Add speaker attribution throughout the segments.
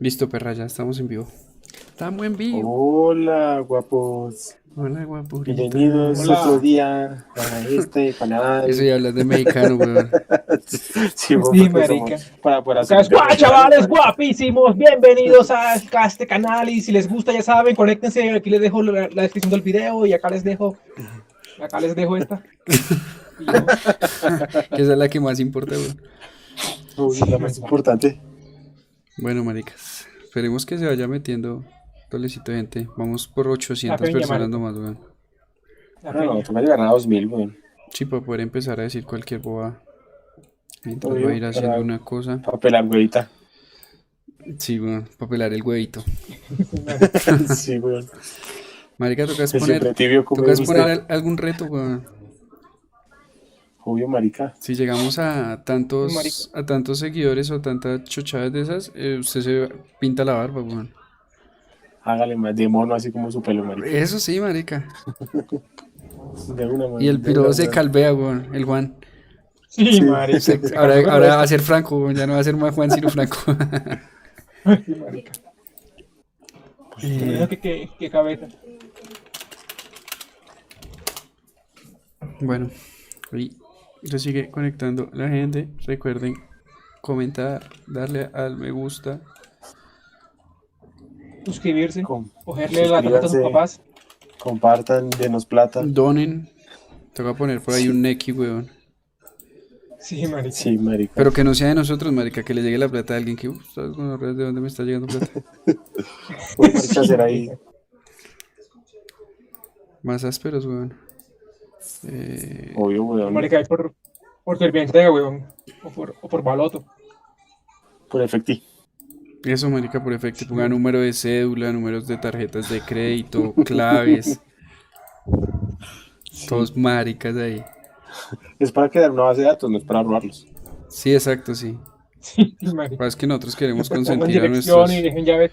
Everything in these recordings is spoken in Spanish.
Speaker 1: Listo, perra, ya estamos en vivo. Estamos en vivo.
Speaker 2: Hola, guapos.
Speaker 1: Hola, guapurita.
Speaker 2: Bienvenidos
Speaker 1: Hola.
Speaker 2: otro día para este, para
Speaker 1: Eso ya hablas de mexicano, weón.
Speaker 2: Sí, vos,
Speaker 3: Sí,
Speaker 2: porque somos-
Speaker 3: marica.
Speaker 2: Para poder hacer.
Speaker 3: ¿Sabes cuál, chavales? Guapísimos, bienvenidos a a este canal y si les gusta ya saben, conéctense, aquí les dejo la, la descripción del video y acá les dejo, acá les dejo esta. Y yo,
Speaker 1: Que esa es la que más importa, weón.
Speaker 2: Uy, lo más importante.
Speaker 1: Bueno, maricas. Esperemos que se vaya metiendo tolecito de gente. Vamos por 800
Speaker 3: La peña,
Speaker 1: personas nomás, weón.
Speaker 3: la
Speaker 2: No, Ah, no,
Speaker 3: peña.
Speaker 2: tú me llegarás a 2000, weón.
Speaker 1: Sí, para poder empezar a decir cualquier boba. Mientras
Speaker 2: Obvio,
Speaker 1: va a ir haciendo
Speaker 2: para-
Speaker 1: una cosa.
Speaker 2: Para pelar, güeyita.
Speaker 1: Sí, weón. Para pelar el huevito.
Speaker 2: Sí, weón.
Speaker 1: Marica, tocas
Speaker 2: Que siempre
Speaker 1: poner,
Speaker 2: tibio como
Speaker 1: tocas
Speaker 2: me
Speaker 1: poner
Speaker 2: gusta.
Speaker 1: al- algún reto, weón.
Speaker 2: Obvio, marica.
Speaker 1: Si llegamos a
Speaker 3: Marica.
Speaker 1: tantos, a tantos seguidores o tantas chochadas de esas, eh, usted se pinta la barba, weón.
Speaker 2: Hágale más de mono, así como su pelo, marica.
Speaker 1: Eso sí, marica.
Speaker 2: De una, weón.
Speaker 1: Y el
Speaker 2: De
Speaker 1: piro
Speaker 2: una,
Speaker 1: se
Speaker 2: weón.
Speaker 1: calvea, weón. El Juan.
Speaker 3: Sí,
Speaker 2: Sí.
Speaker 3: marica.
Speaker 1: Se-
Speaker 3: Se
Speaker 1: ahora,
Speaker 3: acabó
Speaker 1: ahora
Speaker 3: esto.
Speaker 1: va a ser Franco, weón. Ya no va a ser más Juan, sino Franco.
Speaker 3: Sí, marica.
Speaker 1: Eh,
Speaker 3: Que- que- que cabeza.
Speaker 1: bueno, y se sigue conectando la gente. Recuerden comentar, darle al me gusta.
Speaker 3: Suscribirse,
Speaker 2: Com-
Speaker 3: cogerle la tarjeta a sus
Speaker 2: Suscríbanse.
Speaker 3: papás.
Speaker 2: Compartan, denos plata.
Speaker 1: Donen. Toca poner por ahí un neki, weón.
Speaker 3: Sí, marica.
Speaker 2: Sí, marica.
Speaker 1: Pero que no sea de nosotros, marica. Que le llegue la plata a alguien que, uff, ¿sabes gonorreas, de dónde me está llegando plata?
Speaker 2: Uy, marica, será ahí.
Speaker 1: Más ásperos, weón. Eh,
Speaker 2: Obvio, weón.
Speaker 3: Marica, es por, por Servientea, weón. O por, o por Baloto.
Speaker 2: Por efecti.
Speaker 1: eso, marica, por efecto. Ponga número de cédula, números de tarjetas de crédito, claves. Todos maricas ahí.
Speaker 2: Es para crear una base de datos, no es para robarlos.
Speaker 1: Sí, exacto, sí.
Speaker 3: Sí, marica.
Speaker 1: Pues es que nosotros queremos
Speaker 3: Pongan
Speaker 1: consentir a
Speaker 3: dirección
Speaker 1: nuestros,
Speaker 3: y dejen llaves.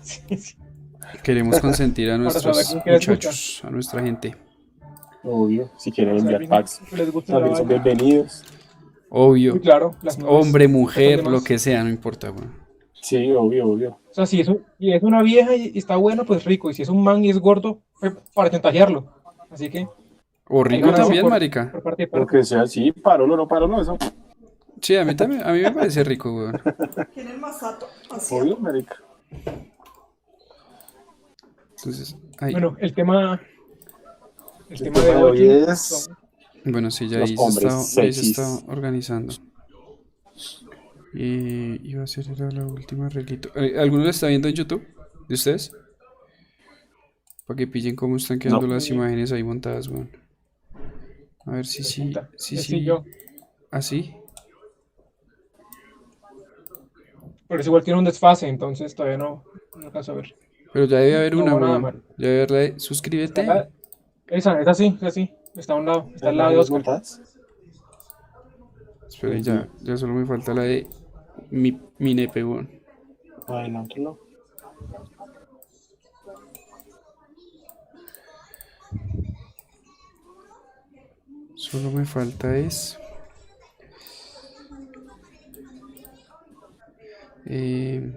Speaker 3: Sí, sí.
Speaker 1: queremos consentir a
Speaker 3: saber
Speaker 1: nuestros
Speaker 3: con qué les gusta.
Speaker 1: muchachos, a nuestra gente.
Speaker 2: Obvio. Si quieren enviar
Speaker 3: Saben
Speaker 2: packs.
Speaker 3: que les gusta la
Speaker 2: También son
Speaker 3: vaina.
Speaker 2: bienvenidos.
Speaker 1: Obvio.
Speaker 3: Muy claro, las nuevas.
Speaker 1: Hombre, mujer,
Speaker 3: demás.
Speaker 1: lo que sea, no importa, weón.
Speaker 2: Sí, obvio, obvio.
Speaker 3: O sea, si es, un- si es una vieja y y está bueno, pues rico. Y si es un man y es gordo, pues para chantajearlo. Así que,
Speaker 1: O rico
Speaker 3: ganancia
Speaker 1: también,
Speaker 3: por-
Speaker 1: marica.
Speaker 3: por parte de
Speaker 2: Lo
Speaker 3: parte.
Speaker 2: que sea, sí, parolo, no parolo, eso.
Speaker 1: Sí, a mí también, a mí me parece rico, weón.
Speaker 4: Tienen masato. Así.
Speaker 2: Obvio, marica.
Speaker 1: Entonces, ahí.
Speaker 3: Bueno, el tema. El,
Speaker 2: El
Speaker 3: tema de hoy
Speaker 2: es
Speaker 1: Bueno, sí, ya
Speaker 2: Los
Speaker 1: ahí se
Speaker 2: hombres
Speaker 1: está, ahí se
Speaker 2: sexys.
Speaker 1: está organizando. Eh, iba a ser era la última reglito. Eh, ¿Alguno lo está viendo en YouTube? ¿De ustedes? Para que pillen cómo están quedando las imágenes ahí montadas, weón. A ver si sí,
Speaker 3: Puta,
Speaker 1: sí,
Speaker 3: sí,
Speaker 1: sí. ¿Ah,
Speaker 3: yo.
Speaker 1: Así.
Speaker 3: Pero es igual tiene un desfase, entonces todavía no, no alcanzo a ver.
Speaker 1: Pero ya debe haber
Speaker 3: No,
Speaker 1: una,
Speaker 3: nada,
Speaker 1: weón.
Speaker 3: man.
Speaker 1: Ya debe haber la de- Suscríbete.
Speaker 3: Está la- Ah, Esa, es así, es así. Está a un lado, está al lado de
Speaker 2: dos
Speaker 3: Oscar.
Speaker 2: montadas.
Speaker 1: Espera, ya, ya solo me falta la de mi, mi nepe, weón.
Speaker 2: Adelántalo.
Speaker 1: Solo me falta es. Eh...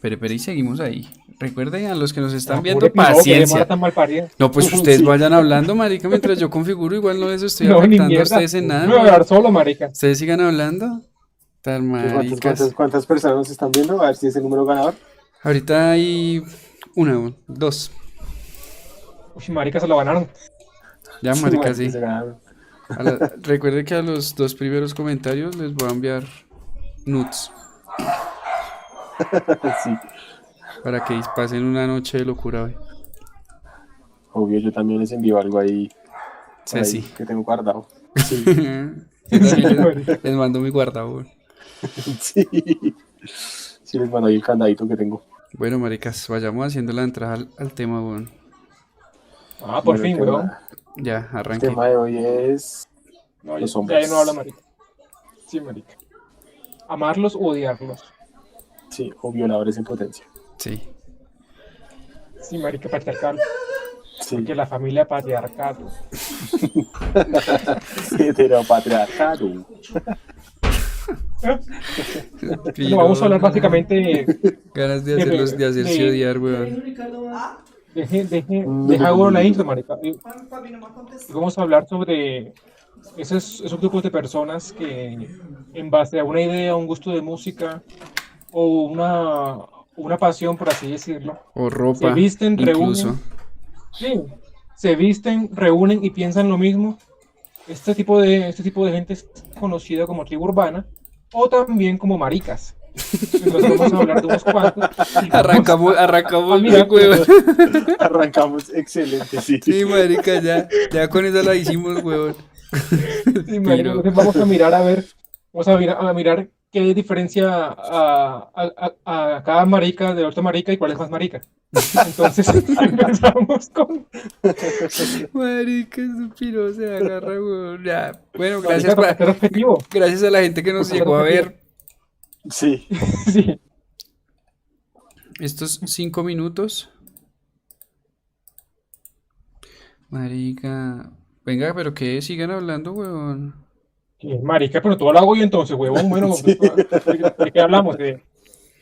Speaker 1: Pero, pero, y seguimos ahí. Recuerden a los que nos están viendo, paciencia.
Speaker 3: Tan mal parida.
Speaker 1: Ah, No, pues ustedes
Speaker 2: Sí.
Speaker 1: vayan hablando, marica, mientras yo configuro. Igual no les estoy
Speaker 3: No, ni
Speaker 1: afectando a
Speaker 3: mierda.
Speaker 1: ustedes en nada.
Speaker 3: Me voy a
Speaker 1: marica.
Speaker 3: hablar solo, marica.
Speaker 1: Ustedes sigan hablando. Tan
Speaker 2: ¿Cuántas,
Speaker 1: maricas.
Speaker 2: cuántas, cuántas personas nos están viendo? A ver si es el número ganador.
Speaker 1: Ahorita hay una, weón, dos.
Speaker 3: Uy, marica, se lo ganaron.
Speaker 1: Ya, marica, sí.
Speaker 2: se ganaron.
Speaker 1: A la- recuerde que a los dos primeros comentarios les voy a enviar nuts
Speaker 2: Pues Sí.
Speaker 1: para que pasen una noche de locura hoy.
Speaker 2: Obvio, yo también les envío algo ahí, por ahí
Speaker 1: Ceci.
Speaker 2: que tengo guardado. Sí,
Speaker 1: Yo también les, les mando mi guardabol.
Speaker 2: sí. Sí, les mando ahí el candadito que tengo.
Speaker 1: Bueno, maricas, vayamos haciendo la entrada al, al tema, weón.
Speaker 3: Ah, por
Speaker 2: Bueno,
Speaker 3: fin,
Speaker 2: el tema-
Speaker 3: weón.
Speaker 1: Ya,
Speaker 2: El
Speaker 1: arranque.
Speaker 2: tema de hoy es
Speaker 3: No,
Speaker 2: Los
Speaker 3: ya-
Speaker 2: hombres.
Speaker 3: Ya no habla, marica. Sí, marica. Amarlos o odiarlos.
Speaker 2: sí, o violadores en potencia.
Speaker 1: Sí.
Speaker 3: Sí, marica, patriarcal.
Speaker 2: Sí,
Speaker 3: Porque la familia patriarcal. pues.
Speaker 2: heteropatriarcado.
Speaker 3: Bueno, vamos a hablar básicamente de,
Speaker 1: Ganas de, hacerlos, de hacerse
Speaker 3: de-
Speaker 1: odiar, weón.
Speaker 4: Ah,
Speaker 3: de, de,
Speaker 2: Mm.
Speaker 3: de Jaguar la intro, marica. Y-
Speaker 4: pa- papi, no me ha contestado.
Speaker 3: y vamos a hablar sobre esos, esos grupos de personas que en base a una idea, un gusto de música o una, una pasión, por así decirlo,
Speaker 1: O ropa.
Speaker 3: visten, reúnen.
Speaker 1: incluso.
Speaker 3: sí, se visten, reúnen y piensan lo mismo. Este tipo de, este tipo de gente es conocida como tribu urbana o también como maricas. Entonces vamos a hablar de unos cuantos. y vamos-
Speaker 1: Arrancamos, arrancamos,
Speaker 3: Ah, mira.
Speaker 1: weón.
Speaker 2: Arrancamos, excelente, sí.
Speaker 1: Sí, marica, ya, ya con esa la hicimos, weón.
Speaker 3: Sí, marica,
Speaker 1: Pero-
Speaker 3: entonces vamos a mirar a ver, vamos a mirar, a mirar qué diferencia a, a- a- a cada marica de otro marica y cuál es más marica. Entonces empezamos con
Speaker 1: Marica, su piro se agarra, weón. Ya. Bueno,
Speaker 3: marica
Speaker 1: gracias,
Speaker 3: para
Speaker 1: pa-
Speaker 3: ser objetivo.
Speaker 1: gracias a la gente que nos
Speaker 3: Porque
Speaker 1: llegó a
Speaker 3: aparte-
Speaker 1: ver
Speaker 2: Sí.
Speaker 3: Sí,
Speaker 1: estos cinco minutos. Marica. Venga, pero que sigan hablando, weón.
Speaker 3: Sí, marica, pero tú lo hago yo entonces, huevón. Bueno,
Speaker 2: Sí.
Speaker 3: ¿de, de qué hablamos? De-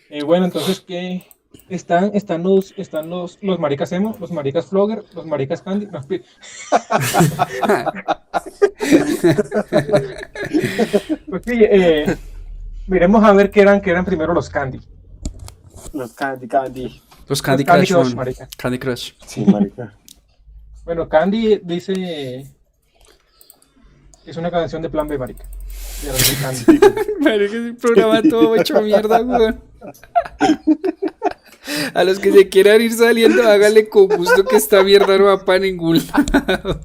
Speaker 3: eh, bueno, entonces qué están, están los, están los, los maricas emo, los maricas flogger, los maricas candy. no, pi- Pues sí, eh, miremos a ver qué eran, qué eran primero los candy.
Speaker 2: Los Candy Candy.
Speaker 1: Los Candy
Speaker 3: Candy
Speaker 1: Crush,
Speaker 3: Crush,
Speaker 1: weón.
Speaker 3: marica.
Speaker 1: Candy Crush.
Speaker 2: Sí, marica.
Speaker 3: Bueno, Candy dice. Es una canción de Plan B, marica. De Raúl Candy.
Speaker 1: Marica, el programa todo hecho mierda, weón. A los que se quieran ir saliendo, hágale con gusto que esta mierda no va para ningún lado.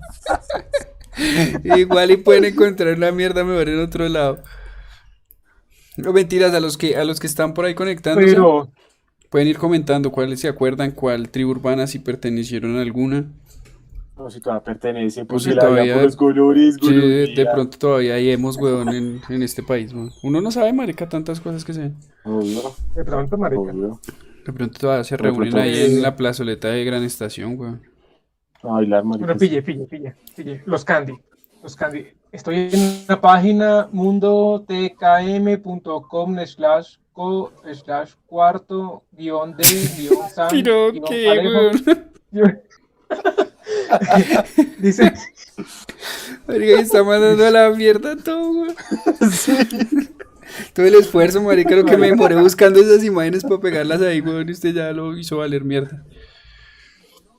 Speaker 1: Igual y pueden encontrar una mierda mejor en otro lado. No mentiras, a los que, a los que están por ahí conectándose,
Speaker 3: Pero,
Speaker 1: pueden ir comentando cuáles se acuerdan, cuál tribu urbana, si pertenecieron a alguna.
Speaker 2: No, si todavía pertenece,
Speaker 1: Pues
Speaker 2: pues
Speaker 1: si
Speaker 2: si la
Speaker 1: todavía-
Speaker 2: veía por los colores,
Speaker 1: Sí, de, de
Speaker 2: goloría.
Speaker 1: pronto todavía hay hemos, weón, en, en este país, weón. Uno no sabe, marica, tantas cosas que se ven.
Speaker 2: Obvio,
Speaker 3: de pronto, marica.
Speaker 2: obvio.
Speaker 1: De pronto todavía se
Speaker 2: De pronto
Speaker 1: reúnen ahí
Speaker 3: es-
Speaker 1: en la plazoleta de Gran Estación, weón.
Speaker 2: A bailar, marica.
Speaker 3: Bueno, pille, pille, pille, pille. Los Candy. Los Candy. Estoy en la página mundotkm.com slash co slash cuarto guión de guión san guión Alejo. Dice,
Speaker 1: Marica, está mandando a la mierda todo, weón. Todo el esfuerzo, marica, lo que me demoré buscando esas imágenes para pegarlas ahí, weón, y usted ya lo hizo valer mierda.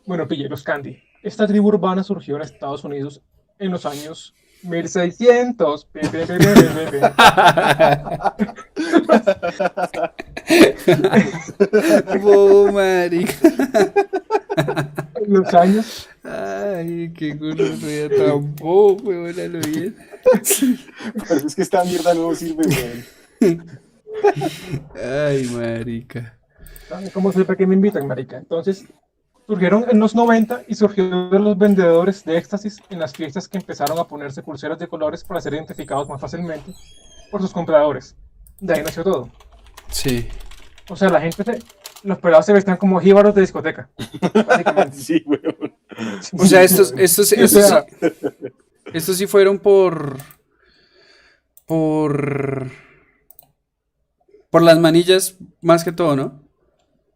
Speaker 3: Bueno, pille, los Candy. Esta tribu urbana surgió en Estados Unidos en los años 1600. Pe, pe, pe, pe, pe, pe, pe.
Speaker 1: Bobo, marica.
Speaker 3: En los años,
Speaker 1: Ay, qué gonorrea tan bobo, weón, a lo bien.
Speaker 2: Pero es que esta mierda no sirve, güey.
Speaker 1: Ay, marica.
Speaker 3: ¿saben ¿cómo siempre que me invitan, marica? Entonces, surgieron en los 90 y surgió de los vendedores de éxtasis en las fiestas que empezaron a ponerse pulseras de colores para ser identificados más fácilmente por sus compradores. De ahí nació todo.
Speaker 1: Sí.
Speaker 3: O sea, la gente, se- los pelados se vestían como jíbaros de discoteca. Básicamente.
Speaker 2: Sí, güey.
Speaker 1: O sea, estos, estos,
Speaker 3: o
Speaker 1: estos,
Speaker 3: sea-
Speaker 1: estos sí fueron por, por, por las manillas más que todo, ¿no?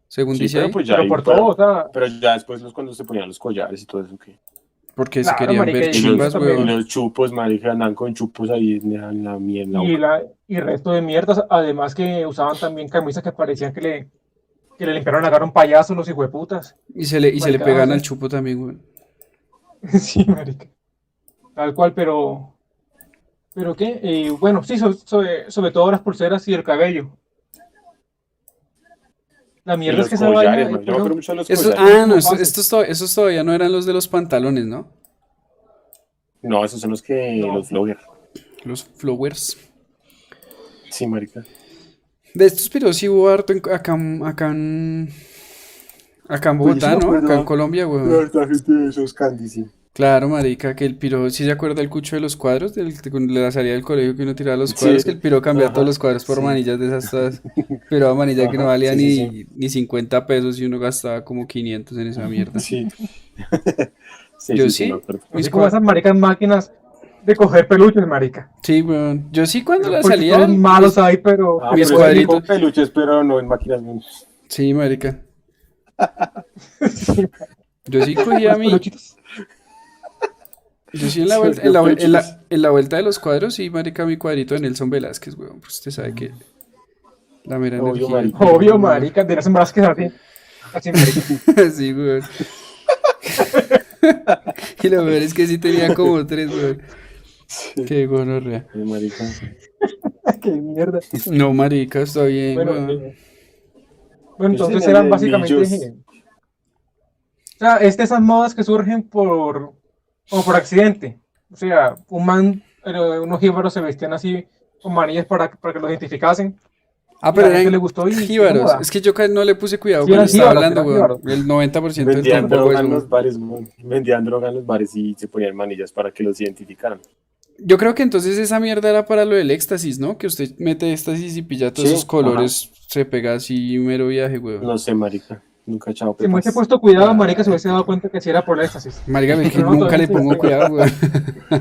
Speaker 1: Según
Speaker 2: Sí,
Speaker 1: dice
Speaker 2: pero
Speaker 1: ahí,
Speaker 2: pues ya
Speaker 3: Pero
Speaker 2: ahí
Speaker 3: por
Speaker 2: fuera.
Speaker 3: todo, o sea,
Speaker 2: Pero ya después los cuando se ponían los collares y todo eso, ¿qué?
Speaker 1: porque se
Speaker 3: claro,
Speaker 1: querían
Speaker 3: marica,
Speaker 1: ver
Speaker 3: y-
Speaker 1: chivas,
Speaker 3: también-
Speaker 1: weón.
Speaker 2: Los chupos, marica, andan con chupos ahí en la, en la miel, la
Speaker 3: Y,
Speaker 2: boca.
Speaker 3: la, y resto de mierdas, además que usaban también camisas que parecían que le, que le limpiaron la cara a un payaso, los hijueputas.
Speaker 1: Y se le, y se le
Speaker 3: Marica,
Speaker 1: pegan
Speaker 3: o sea-
Speaker 1: al chupo también, weón.
Speaker 3: Sí, marica. Tal cual, pero... ¿Pero qué? Eh, bueno, sí, so- sobre, sobre todo las pulseras y el cabello. La
Speaker 2: Y
Speaker 3: mierda
Speaker 2: los
Speaker 3: es que esa
Speaker 2: collares,
Speaker 3: vaina...
Speaker 2: marica. Yo me acuerdo mucho de
Speaker 3: Pues
Speaker 2: los
Speaker 1: Estos,
Speaker 2: collares.
Speaker 1: ah, no, estos,
Speaker 3: fácil.
Speaker 1: estos to- esos todavía no eran los de los pantalones, ¿no?
Speaker 2: No, esos son los que
Speaker 3: No.
Speaker 2: los vloggers.
Speaker 1: Los flowers.
Speaker 2: Sí, marica.
Speaker 1: De estos pero sí hubo harto en- acá, en- acá en, acá en
Speaker 2: Pues yo
Speaker 1: Bogotá,
Speaker 2: sí me
Speaker 1: ¿no? Acá en
Speaker 2: acuerdo.
Speaker 1: Colombia, weón.
Speaker 2: esta gente de esos candy, sí.
Speaker 1: Claro, marica, que el piro, si se acuerda el cucho de los cuadros? Del, de cuando le salía del colegio que uno tiraba los
Speaker 2: Sí.
Speaker 1: cuadros, que el piro cambiaba todos
Speaker 2: Ajá,
Speaker 1: los cuadros por
Speaker 2: sí.
Speaker 1: manillas de esas todas, pero a manillas que no
Speaker 2: Ajá,
Speaker 1: valía
Speaker 2: sí,
Speaker 1: ni,
Speaker 2: sí,
Speaker 1: ni 50 pesos y uno gastaba como 500 en esa mierda.
Speaker 2: Sí.
Speaker 1: Yo
Speaker 2: sí,
Speaker 1: sí.
Speaker 2: me acuerdo.
Speaker 3: Así como esas maricas máquinas de coger peluches, marica.
Speaker 1: Sí, weón. Yo sí cuando la
Speaker 3: Porque
Speaker 1: salía.
Speaker 3: todos malos ahí, pero...
Speaker 1: Mis
Speaker 2: Ah, pero es tipo
Speaker 1: cuadritos.
Speaker 2: peluches, pero no en máquinas. no.
Speaker 1: Sí, marica.
Speaker 3: Sí,
Speaker 1: Yo sí cogía
Speaker 3: los
Speaker 1: mi.
Speaker 3: peluchitos.
Speaker 1: Yo sí en la
Speaker 2: Sí,
Speaker 1: vuelta,
Speaker 2: los
Speaker 1: en la, vuel- en la-
Speaker 2: peluchitos.
Speaker 1: en la vuelta de los cuadros, sí, marica, mi cuadrito de Nelson Velázquez, weón. Pues usted sabe que. La mera
Speaker 2: Obvio,
Speaker 1: energía.
Speaker 2: marica.
Speaker 3: Obvio, marica, de las embarazadas que así. Así, marica.
Speaker 1: sí, weón. y lo peor es que sí tenía como tres, weón. Qué gonorrea.
Speaker 2: Ay, marica.
Speaker 3: Qué mierda.
Speaker 1: No, marica, está bien,
Speaker 3: Bueno,
Speaker 1: weón.
Speaker 3: eh,
Speaker 1: Pues
Speaker 3: bueno,
Speaker 2: Yo
Speaker 3: entonces
Speaker 2: sí le
Speaker 3: eran
Speaker 2: doy
Speaker 3: básicamente.
Speaker 2: millos.
Speaker 3: eh, O sea, es de esas modas que surgen por. como por accidente. O sea, un man, eh, unos jíbaros se vestían así con manillas para, para que los identificasen.
Speaker 1: Ah,
Speaker 3: Y a
Speaker 1: pero
Speaker 3: la gente
Speaker 1: eran
Speaker 3: le gustó y- y
Speaker 1: jíbaros.
Speaker 3: joda.
Speaker 1: Es que yo ca- no le puse cuidado
Speaker 3: Sí,
Speaker 1: cuando
Speaker 3: eran
Speaker 1: estaba
Speaker 3: jíbaros,
Speaker 1: hablando,
Speaker 3: eran
Speaker 1: weón. El 90% del
Speaker 2: Vendían
Speaker 1: tampoco
Speaker 2: droga
Speaker 1: es,
Speaker 2: en los
Speaker 1: weón.
Speaker 2: bares, weón. Vendían droga en los bares y se ponían manillas para que los identificaran.
Speaker 1: Yo creo que entonces esa mierda era para lo del éxtasis, ¿no? Que usted mete éxtasis y pilla todos
Speaker 2: Sí,
Speaker 1: esos colores, se pega así, mero viaje, weón.
Speaker 2: No sé, marica. Nunca chao,
Speaker 3: Si me hubiese
Speaker 1: pues,
Speaker 2: pepas.
Speaker 3: puesto cuidado, marica, se hubiese dado cuenta que si era por el éxtasis.
Speaker 1: Marica, es que
Speaker 3: No,
Speaker 1: nunca le
Speaker 3: todavía sí,
Speaker 1: pongo
Speaker 3: sí.
Speaker 1: cuidado, weón.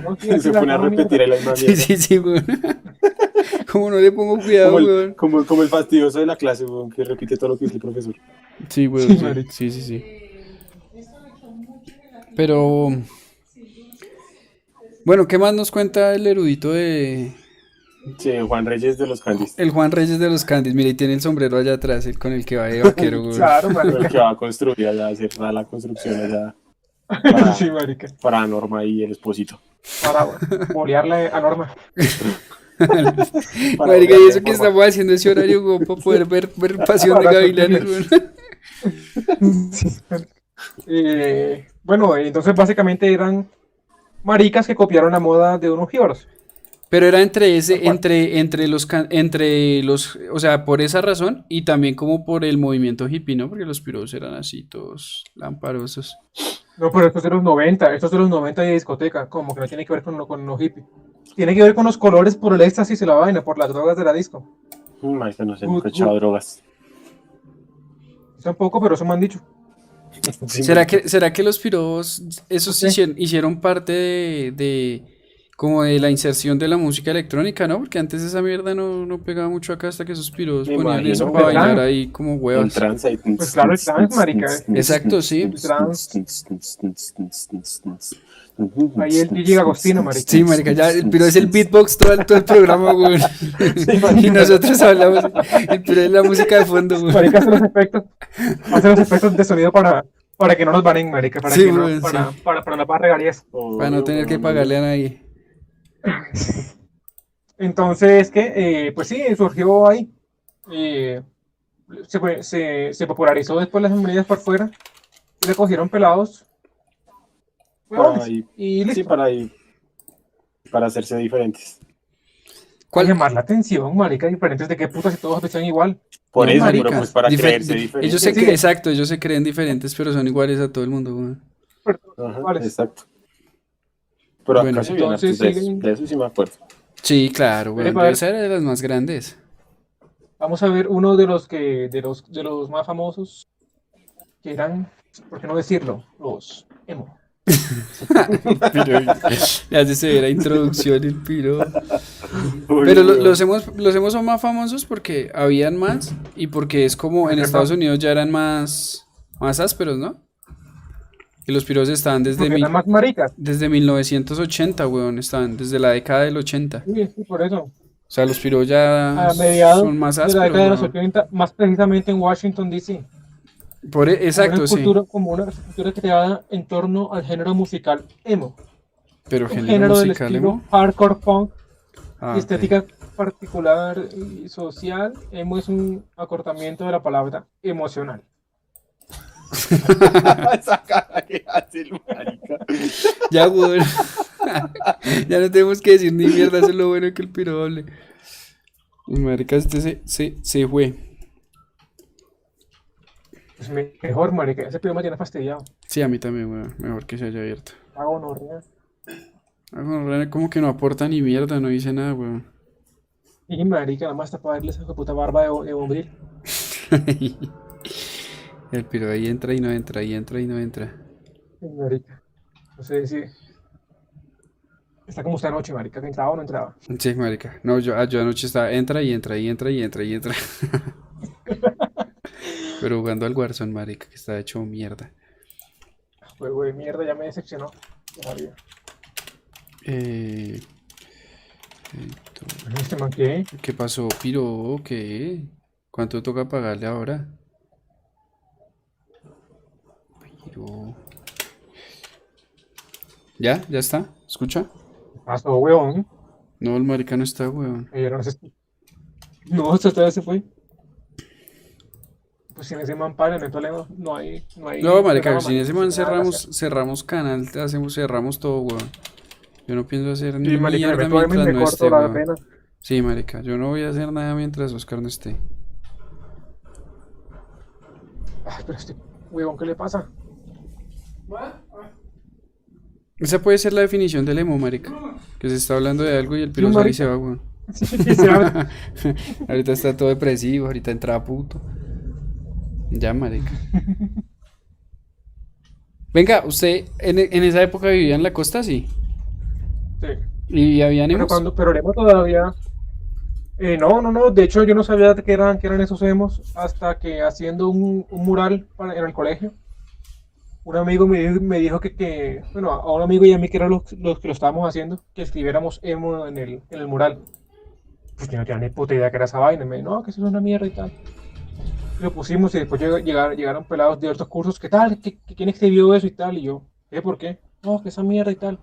Speaker 3: No, sí,
Speaker 2: se
Speaker 3: sí, la
Speaker 2: pone a
Speaker 3: mamá
Speaker 2: repetir
Speaker 3: mía.
Speaker 2: el alma
Speaker 1: Sí, sí, sí, weón. Como no le pongo cuidado,
Speaker 2: Como
Speaker 1: weón.
Speaker 2: el, como, como el fastidioso de la clase, weón, que repite todo lo que dice el profesor.
Speaker 1: Sí, weón,
Speaker 3: Sí,
Speaker 1: sí,
Speaker 3: marica.
Speaker 1: sí, sí, sí. Pero... Bueno, ¿qué más nos cuenta el erudito de...
Speaker 2: Sí, Juan Reyes de los Candis.
Speaker 1: El Juan Reyes de los Candies? Mire, y tiene el sombrero allá atrás, el con el que va de vaquero, weón.
Speaker 3: Claro, marica.
Speaker 2: El que va a construir allá, a hacer la construcción allá. Para,
Speaker 3: Sí, marica.
Speaker 2: para Norma y el esposito.
Speaker 3: Para bolearle a Norma.
Speaker 2: Para
Speaker 1: Marica,
Speaker 2: hablar
Speaker 1: y
Speaker 2: de
Speaker 1: eso que
Speaker 2: forma.
Speaker 1: estamos haciendo ese horario, weón, para poder ver, ver Pasión de
Speaker 3: Para
Speaker 1: Gavilanes, weón.
Speaker 3: Eh, bueno, entonces básicamente eran maricas que copiaron la moda de unos jíbaros.
Speaker 1: Pero era entre ese,
Speaker 3: Ajá.
Speaker 1: entre, entre los, can- entre los, o sea, por esa razón y también como por el movimiento hippie, ¿no? Porque los piros eran así, todos lamparosos.
Speaker 3: No, pero estos de los 90, estos de los 90 de discoteca, como que no tiene que ver con, lo- con los hippies. Tiene que ver con los colores por el éxtasis y la vaina, por las drogas de la disco.
Speaker 2: Mm, Marica, no sé,
Speaker 3: Good,
Speaker 2: nunca he echado
Speaker 3: good.
Speaker 2: drogas.
Speaker 3: Tampoco, pero eso me han dicho.
Speaker 2: Sí,
Speaker 1: ¿Será
Speaker 2: marica.
Speaker 1: que, será que los piros, esos
Speaker 3: No sé.
Speaker 1: hicieron, hicieron parte de, de- como de la inserción de la música electrónica, ¿no? Porque antes esa mierda no, no pegaba mucho acá hasta que esos piros
Speaker 2: Me
Speaker 1: ponían eso
Speaker 2: imagino,
Speaker 1: para
Speaker 3: ¿verdad?
Speaker 1: bailar ahí como
Speaker 2: El
Speaker 1: huevas.
Speaker 2: trance. ahí.
Speaker 3: Pues claro, el trance, marica.
Speaker 1: Exacto, sí.
Speaker 3: El trance. Ahí el DJ Agostino, marica.
Speaker 1: Sí, marica, ya el piro es el beatbox todo el, todo el programa, güey. Y nosotros hablamos, el piro es la música de fondo, güey.
Speaker 3: Marica hace los efectos, hace los efectos de sonido para, para que no nos banen, marica, para
Speaker 1: Sí,
Speaker 3: que no-
Speaker 1: güey,
Speaker 3: para,
Speaker 1: sí.
Speaker 3: para, para las barregarías.
Speaker 1: Para no tener que pagarle a nadie.
Speaker 3: Entonces, que pues sí, surgió ahí. Eh, se, fue- se, se popularizó después las hembrillas por fuera. Le cogieron pelados.
Speaker 2: Para ahí.
Speaker 3: Y
Speaker 2: Sí,
Speaker 3: listo.
Speaker 2: para ahí. Para hacerse diferentes.
Speaker 1: ¿Cuál-
Speaker 3: Llamar la atención, marica, diferentes de qué putas si todos pensaban igual.
Speaker 2: Por
Speaker 1: No,
Speaker 2: eso,
Speaker 1: marica,
Speaker 2: pero pues para
Speaker 1: difer-
Speaker 2: creerse
Speaker 1: di-
Speaker 2: diferentes.
Speaker 1: Ellos se
Speaker 3: Sí.
Speaker 1: cre- exacto, ellos se creen diferentes, pero son iguales a todo el mundo, güey.
Speaker 2: Ajá,
Speaker 3: ¿Cuáles?
Speaker 2: exacto. Pero
Speaker 1: Bueno,
Speaker 2: acá se vienen hartos
Speaker 3: entonces
Speaker 2: de, eso,
Speaker 3: siguen-
Speaker 2: de eso sí me acuerdo.
Speaker 1: Sí, claro, güey.
Speaker 3: Epa.
Speaker 1: Esa era de las más grandes.
Speaker 3: Vamos a ver uno de los que de los de los más famosos que eran, por qué no decirlo, los emo.
Speaker 1: Pero, le hace severa introducción el piro. Pero lo- los hemos, los hemos son más famosos porque habían más y porque es como en
Speaker 3: Ajá.
Speaker 1: Estados Unidos ya eran más, más ásperos, ¿no? Y los piros estaban desde,
Speaker 3: Porque
Speaker 1: mil-
Speaker 3: eran más maricas.
Speaker 1: desde 1980, weón, estaban desde la década del 80.
Speaker 3: Sí, sí, por eso.
Speaker 1: O sea, los piros ya
Speaker 3: A mediados
Speaker 1: son más
Speaker 3: de la
Speaker 1: ásperos.
Speaker 3: década de los
Speaker 1: weón.
Speaker 3: 80, más precisamente en Washington, D.C.
Speaker 1: Por e- exacto,
Speaker 3: una
Speaker 1: sí.
Speaker 3: cultura, como una cultura creada en torno al género musical emo,
Speaker 1: Pero
Speaker 3: un
Speaker 1: género
Speaker 3: género del
Speaker 1: musical,
Speaker 3: estilo
Speaker 1: emo.
Speaker 3: hardcore punk,
Speaker 1: Ah,
Speaker 3: y estética particular y social. Emo es un acortamiento de la palabra emocional.
Speaker 2: Esa cara que hace el marica.
Speaker 1: ok. Ya, weón. ya no tenemos que decir ni mierda, eso es lo bueno que el piro hable. Y marica, este se, se, se fue.
Speaker 3: Es me- mejor, marica, ese pibe me tiene fastidiado.
Speaker 1: Sí, a mí también, weón. Mejor que se haya abierto.
Speaker 3: Hago no
Speaker 1: Ah, gonorrea, como que no aporta ni mierda, no dice nada, weón.
Speaker 3: Y marica, nada más está para verle esa puta barba de, de bombril.
Speaker 1: El piro ahí entra y no entra, y entra y no entra.
Speaker 3: Y, marica, no sé si... Está como usted anoche, marica, que entraba o no entraba.
Speaker 1: Sí, marica. No, yo, ah, yo anoche estaba, entra y entra y entra y entra y entra. Pero jugando al Warzone, marica, que está hecho mierda.
Speaker 3: Juego de mierda, ya me decepcionó. Ya sabía.
Speaker 1: Eh, entonces,
Speaker 3: Bueno, Este man qué?
Speaker 1: ¿qué pasó, Piro? ¿Qué? ¿Cuánto toca pagarle ahora? Piro. ¿Ya? ¿Ya está? ¿Escucha?
Speaker 3: Pasó, weón.
Speaker 1: No, el marica no está, weón.
Speaker 3: Ella Eh, no se escu- No, hasta todavía se fue. Pues sin ese man para, no hay problema. No hay. No, hay
Speaker 1: No, marica,
Speaker 3: drama,
Speaker 1: sin ese
Speaker 3: no
Speaker 1: man
Speaker 3: hay nada que
Speaker 1: cerramos, cerramos canal, te hacemos, cerramos todo, weón. Yo no pienso hacer
Speaker 3: hacer.
Speaker 1: ni
Speaker 3: Sí, marica, me
Speaker 1: mierda
Speaker 3: meto a verme y
Speaker 1: mientras
Speaker 3: me
Speaker 1: no esté,
Speaker 3: corto la
Speaker 1: weón.
Speaker 3: pena.
Speaker 1: Sí, marica, yo no voy a hacer nada mientras Oscar no esté.
Speaker 3: Ay, pero este huevón, ¿qué le pasa?
Speaker 1: Esa puede ser la definición del emo, marica. Que se está hablando de algo y el piro sale y se va, weón.
Speaker 3: Sí, se abre.
Speaker 1: Ahorita está todo depresivo, ahorita entra puto. Ya, marica. Venga, usted en, en esa época vivía en la costa, sí.
Speaker 3: Sí.
Speaker 1: Y había
Speaker 3: Pero
Speaker 1: emos.
Speaker 3: cuando, pero el emo todavía. eh, no, no, no. De hecho, yo no sabía que eran, que eran esos emos hasta que haciendo un, un mural para- en el colegio, un amigo me, di- me dijo que, que- bueno, a un amigo y a mí que eran los, los que lo estábamos haciendo, que escribiéramos emo en el, en el mural. Pues yo no tenía ni puta idea que era esa vaina. y Me dijo, no, que eso es una mierda y tal. Lo pusimos y después lleg- llegaron, llegaron pelados de otros cursos. ¿Qué tal? ¿Qué, qué- quién escribió eso y tal? Y yo, ¿eh? ¿Por qué? No, que esa mierda y tal.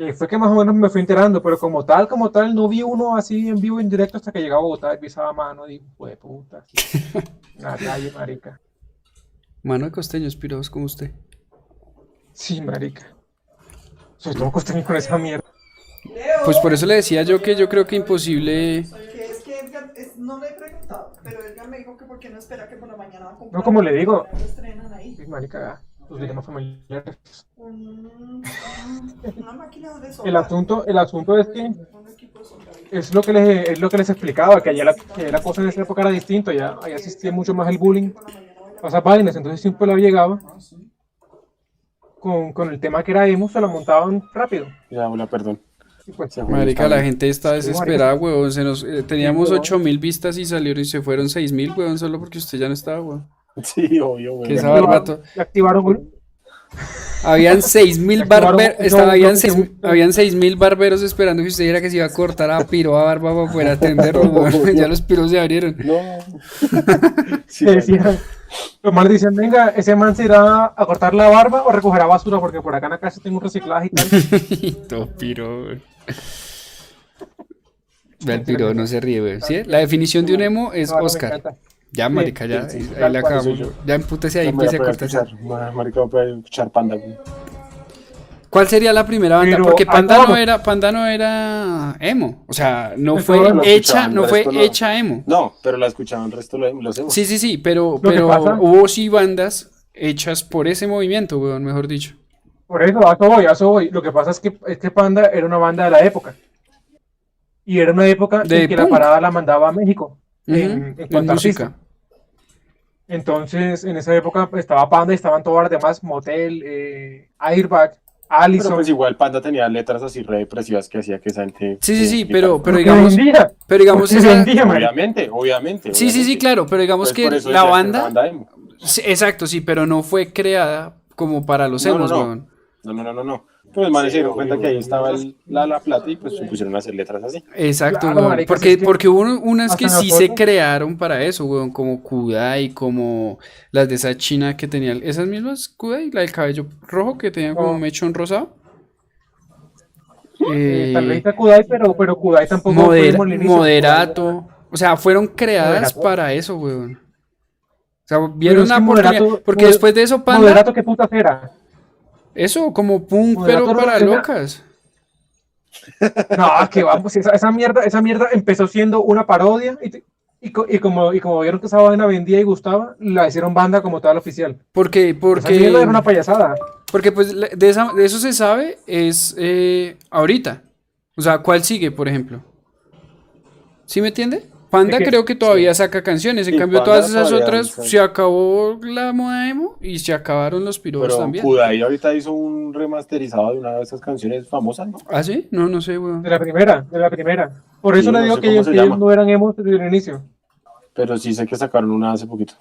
Speaker 3: Y Eh, fue que más o menos me fui enterando, pero como tal, como tal, no vi uno así en vivo, en directo, hasta que llegaba a Bogotá y pisaba mano y dije, "Jue de puta. Una calle, marica.
Speaker 1: Mano de costeños, pirados como usted.
Speaker 3: Sí, marica. Sobre todo costeño con esa mierda.
Speaker 4: Leo,
Speaker 1: Pues por eso le decía yo que yo creo que imposible.
Speaker 4: que es que Edgar, es- no le he preguntado, pero Edgar me dijo que por qué no espera que por la mañana va a comprar.
Speaker 3: No, como le digo.
Speaker 4: Lo estrenan ahí.
Speaker 3: Sí, marica, los dilemas familiares.
Speaker 4: Un- una máquina de soldar.
Speaker 3: El asunto, el asunto es que
Speaker 4: Un equipo de soldadura.
Speaker 3: es lo que les, es lo que les explicaba, que allá la, que allá la cosa en esa época era distinta, ya, allá existía mucho más el bullying,
Speaker 4: Por la mañana voy a-
Speaker 3: esas vainas, entonces siempre la llegaba con, con el tema que era emo, se lo montaban rápido.
Speaker 2: Ya, hola, perdón.
Speaker 3: Y pues,
Speaker 2: Se fue
Speaker 1: Marica,
Speaker 2: el
Speaker 1: la
Speaker 2: cable.
Speaker 1: gente está
Speaker 3: Sí, marica.
Speaker 1: desesperada, weón. Se nos, eh, teníamos
Speaker 3: weón.
Speaker 1: 8000 vistas y salieron y se fueron 6000, weón, solo porque usted ya no estaba, weón.
Speaker 2: Sí, obvio, güey.
Speaker 1: Que esa barbato.
Speaker 3: Y activaron un-
Speaker 1: Habían 6000
Speaker 3: Activaron
Speaker 1: barberos,
Speaker 3: un-
Speaker 1: estaba-
Speaker 3: no,
Speaker 1: habían
Speaker 3: no,
Speaker 1: seis-
Speaker 3: no.
Speaker 1: habían 6000 barberos esperando que usted dijera que se iba a cortar a piro a barba para poder atenderlo, weón. Ya los piros se abrieron.
Speaker 2: No. Sí,
Speaker 3: que
Speaker 2: güey.
Speaker 3: decían, los manes decían, venga, ese man se irá a cortar la barba o recogerá basura, porque por acá en la casa tengo un reciclaje y tal.
Speaker 1: Todo piro, weón. Ve, el piro no se ríe, weón. ¿Sí? La definición de un emo es
Speaker 3: Esa vaina me
Speaker 1: Oscar.
Speaker 3: encanta.
Speaker 1: Ya, marica, ya.
Speaker 2: sí, sí,
Speaker 1: Ahí la
Speaker 2: tal cual, soy
Speaker 1: acabamos.
Speaker 2: yo.
Speaker 1: Ya empútese ahí,
Speaker 2: No me
Speaker 1: empiece
Speaker 2: voy
Speaker 1: a
Speaker 2: a poder
Speaker 1: cortarse.
Speaker 2: escuchar. Ma- Marica, voy a poder escuchar panda, güey.
Speaker 1: ¿Cuál sería la primera banda?
Speaker 3: Pero,
Speaker 1: Porque
Speaker 3: ah,
Speaker 1: Panda no
Speaker 3: vamos.
Speaker 1: era, Panda no era emo. O sea, no
Speaker 3: Eso
Speaker 1: fue
Speaker 3: no lo
Speaker 1: hecha,
Speaker 2: escuchaban,
Speaker 1: no
Speaker 2: el
Speaker 1: fue
Speaker 2: resto no.
Speaker 1: hecha emo.
Speaker 2: No, pero la escuchaban el resto lo, lo hacemos.
Speaker 1: Sí, sí, sí, pero,
Speaker 3: que
Speaker 1: pero
Speaker 3: pasa-
Speaker 1: hubo sí bandas hechas por ese movimiento, weón, mejor dicho.
Speaker 3: Por eso, a eso voy, a eso voy. Lo que pasa es que este Panda era una banda de la época. Y era una época
Speaker 1: De
Speaker 3: en que
Speaker 1: punk.
Speaker 3: la parada la mandaba a México. en, en
Speaker 1: Ujú, en
Speaker 3: cuanto a
Speaker 1: música.
Speaker 3: artista. Entonces, en esa época pues, estaba Panda y estaban todas las demás, Motel, eh, Airbag,
Speaker 2: Pero
Speaker 3: Allison.
Speaker 2: pues igual Panda tenía letras así re depresivas que hacía que esa gente...
Speaker 1: Sí, sí, sí,
Speaker 2: que-
Speaker 1: pero, pero
Speaker 3: Porque
Speaker 1: digamos,
Speaker 3: vendía,
Speaker 1: pero digamos
Speaker 3: porque
Speaker 1: esa-
Speaker 3: vendía, marica.
Speaker 2: Obviamente, obviamente.
Speaker 1: Sí, sí, sí,
Speaker 2: obviamente.
Speaker 1: claro, pero digamos
Speaker 2: Entonces,
Speaker 1: que
Speaker 2: Pues por eso
Speaker 1: la
Speaker 2: decía que
Speaker 1: banda,
Speaker 2: era una banda emo.
Speaker 1: sí, exacto, sí, pero no fue creada como para los
Speaker 2: No, no,
Speaker 1: emos,
Speaker 2: no.
Speaker 1: weón.
Speaker 2: No, no, no, no, no. Pero los manes se dieron cuenta que ahí estaba el- la, la plata y pues se pusieron a hacer letras así.
Speaker 1: Exacto,
Speaker 3: Claro,
Speaker 1: weón,
Speaker 3: marica, si
Speaker 1: porque,
Speaker 3: es que
Speaker 1: porque hubo unas que
Speaker 3: hasta
Speaker 1: sí se
Speaker 3: nosotros-
Speaker 1: crearon para eso, weón, como Kudai, como las de esa china que tenían, esas mismas Kudai, la del cabello rojo que tenía como
Speaker 3: No.
Speaker 1: mechón rosado.
Speaker 3: Eh,
Speaker 1: Eh,
Speaker 3: tal vez está Kudai, pero, pero Kudai tampoco
Speaker 1: Moder-
Speaker 3: fue el inicio.
Speaker 1: moderato. O sea, fueron creadas
Speaker 3: Moderato.
Speaker 1: para eso, weón. O sea, vieron
Speaker 3: es
Speaker 1: la
Speaker 3: que
Speaker 1: oportunidad.
Speaker 3: moderato-
Speaker 1: porque
Speaker 3: moder-
Speaker 1: después de eso, Panda,
Speaker 3: Moderato, ¿qué putas era?
Speaker 1: eso, como punk,
Speaker 3: moderato
Speaker 1: pero
Speaker 3: no
Speaker 1: para
Speaker 3: era-
Speaker 1: locas.
Speaker 3: No, que vamos, esa, esa mierda, esa mierda empezó siendo una parodia y, te- y, co- y como, y como vieron que esa vaina vendía y gustaba, la hicieron banda como tal oficial.
Speaker 1: Porque,
Speaker 3: Esa
Speaker 1: porque,
Speaker 3: mierda era una payasada.
Speaker 1: porque pues la- de, esa- de eso se sabe es eh, ahorita. O sea, ¿cuál sigue, por ejemplo? ¿Sí me entiende? Panda
Speaker 3: ¿De qué?
Speaker 1: creo que todavía saca canciones, en
Speaker 2: Sí,
Speaker 1: cambio
Speaker 2: Panda
Speaker 1: todas esas
Speaker 2: todavía
Speaker 1: otras
Speaker 2: lanza.
Speaker 1: se acabó la moda emo y se acabaron los piropos
Speaker 2: Pero
Speaker 1: también.
Speaker 2: Kudai ahorita hizo un remasterizado de una de esas canciones famosas, ¿no?
Speaker 1: ¿Ah, sí? No, no sé, weón.
Speaker 3: De la primera, de la primera. Por eso
Speaker 2: Sí,
Speaker 3: le
Speaker 2: no
Speaker 3: digo
Speaker 2: sé
Speaker 3: que,
Speaker 2: cómo
Speaker 3: ellos,
Speaker 2: se
Speaker 3: que ellos
Speaker 2: llama.
Speaker 3: no eran emos desde el inicio.
Speaker 2: Pero sí sé que sacaron una hace poquito.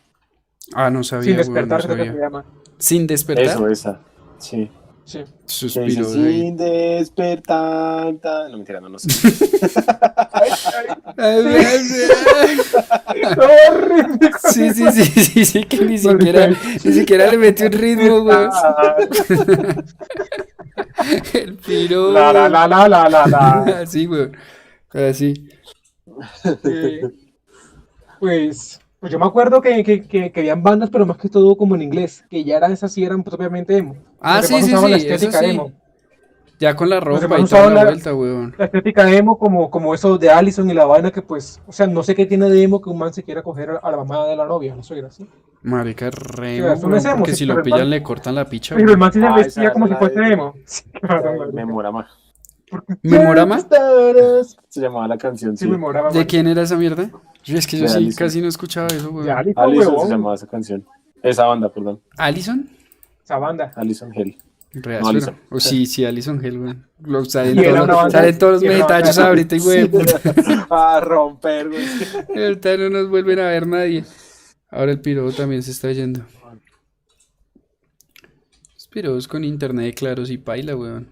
Speaker 1: Ah, no sabía,
Speaker 3: sin
Speaker 1: weón, no
Speaker 3: despertar, creo que se
Speaker 1: sabía.
Speaker 3: llama.
Speaker 1: Sin despertar.
Speaker 2: Eso, esa. Sí.
Speaker 3: Sí.
Speaker 2: Que dice,
Speaker 1: Suspiro de...
Speaker 2: sin despertar. ta-". No, mentira, no, no sé.
Speaker 3: ¡Horrible!
Speaker 1: Sí, sí, sí, sí, sí, que ni
Speaker 3: Marica.
Speaker 1: siquiera, ni siquiera le metió un ritmo, weón.
Speaker 3: Ah.
Speaker 1: El piro.
Speaker 3: La, la, la, la, la, la, la.
Speaker 1: Así, weón. Así.
Speaker 3: Sí. Este, Pues, pues yo me acuerdo que, que, que, que habían bandas, pero más que todo como en inglés, que ya eran esas sí eran pues, propiamente emo.
Speaker 1: Ah,
Speaker 3: Los
Speaker 1: sí,
Speaker 3: demás
Speaker 1: sí,
Speaker 3: usaban la
Speaker 1: sí, eso
Speaker 3: estética
Speaker 1: sí.
Speaker 3: emo.
Speaker 1: Ya con la ropa y
Speaker 3: hermanos
Speaker 1: toda la
Speaker 3: hablan-
Speaker 1: vuelta, weón.
Speaker 3: La estética emo como, como eso de Allison y la vaina que pues, o sea, no sé qué tiene de emo que un man se quiera coger a la mamá de la novia, no soy así.
Speaker 1: Marica, re,
Speaker 3: Sí,
Speaker 1: weón,
Speaker 3: eso lo hacemos,
Speaker 1: porque
Speaker 3: sí,
Speaker 1: si lo
Speaker 3: pero el
Speaker 1: pillan
Speaker 3: man-
Speaker 1: le cortan la picha,
Speaker 3: Pero el
Speaker 1: weón.
Speaker 3: man sí se
Speaker 2: Ah,
Speaker 3: vestía
Speaker 2: esa
Speaker 3: como si
Speaker 2: era la de-
Speaker 3: fuese emo. Sí, claro, marica.
Speaker 2: Memorama.
Speaker 1: ¿Memorama?
Speaker 2: Se llamaba la canción,
Speaker 3: Sí,
Speaker 2: sí.
Speaker 3: me moraba.
Speaker 1: ¿De quién era esa mierda? Yo es que yo
Speaker 2: De
Speaker 1: sí
Speaker 2: Allison.
Speaker 1: casi no escuchaba eso,
Speaker 3: De
Speaker 1: weón.
Speaker 3: Allison,
Speaker 2: Alison se
Speaker 3: huevón.
Speaker 2: llamaba esa canción. Esa banda, perdón.
Speaker 1: ¿Allison?
Speaker 3: Esa banda.
Speaker 2: Alison Hell.
Speaker 1: Re
Speaker 2: No,
Speaker 1: áspero.
Speaker 2: Allison.
Speaker 1: O sí, sí, Allison Hell, weón. Lo- Salen
Speaker 3: Y era
Speaker 1: todos
Speaker 3: una
Speaker 1: los-
Speaker 3: banda-
Speaker 1: salen todos los
Speaker 3: y era una banda-
Speaker 1: megetachos ahorita y weón.
Speaker 2: A romper, güey.
Speaker 1: Ahorita no nos vuelven a ver nadie. Ahora el piro también se está yendo. Los piros con internet, claro, sí, paila, weón.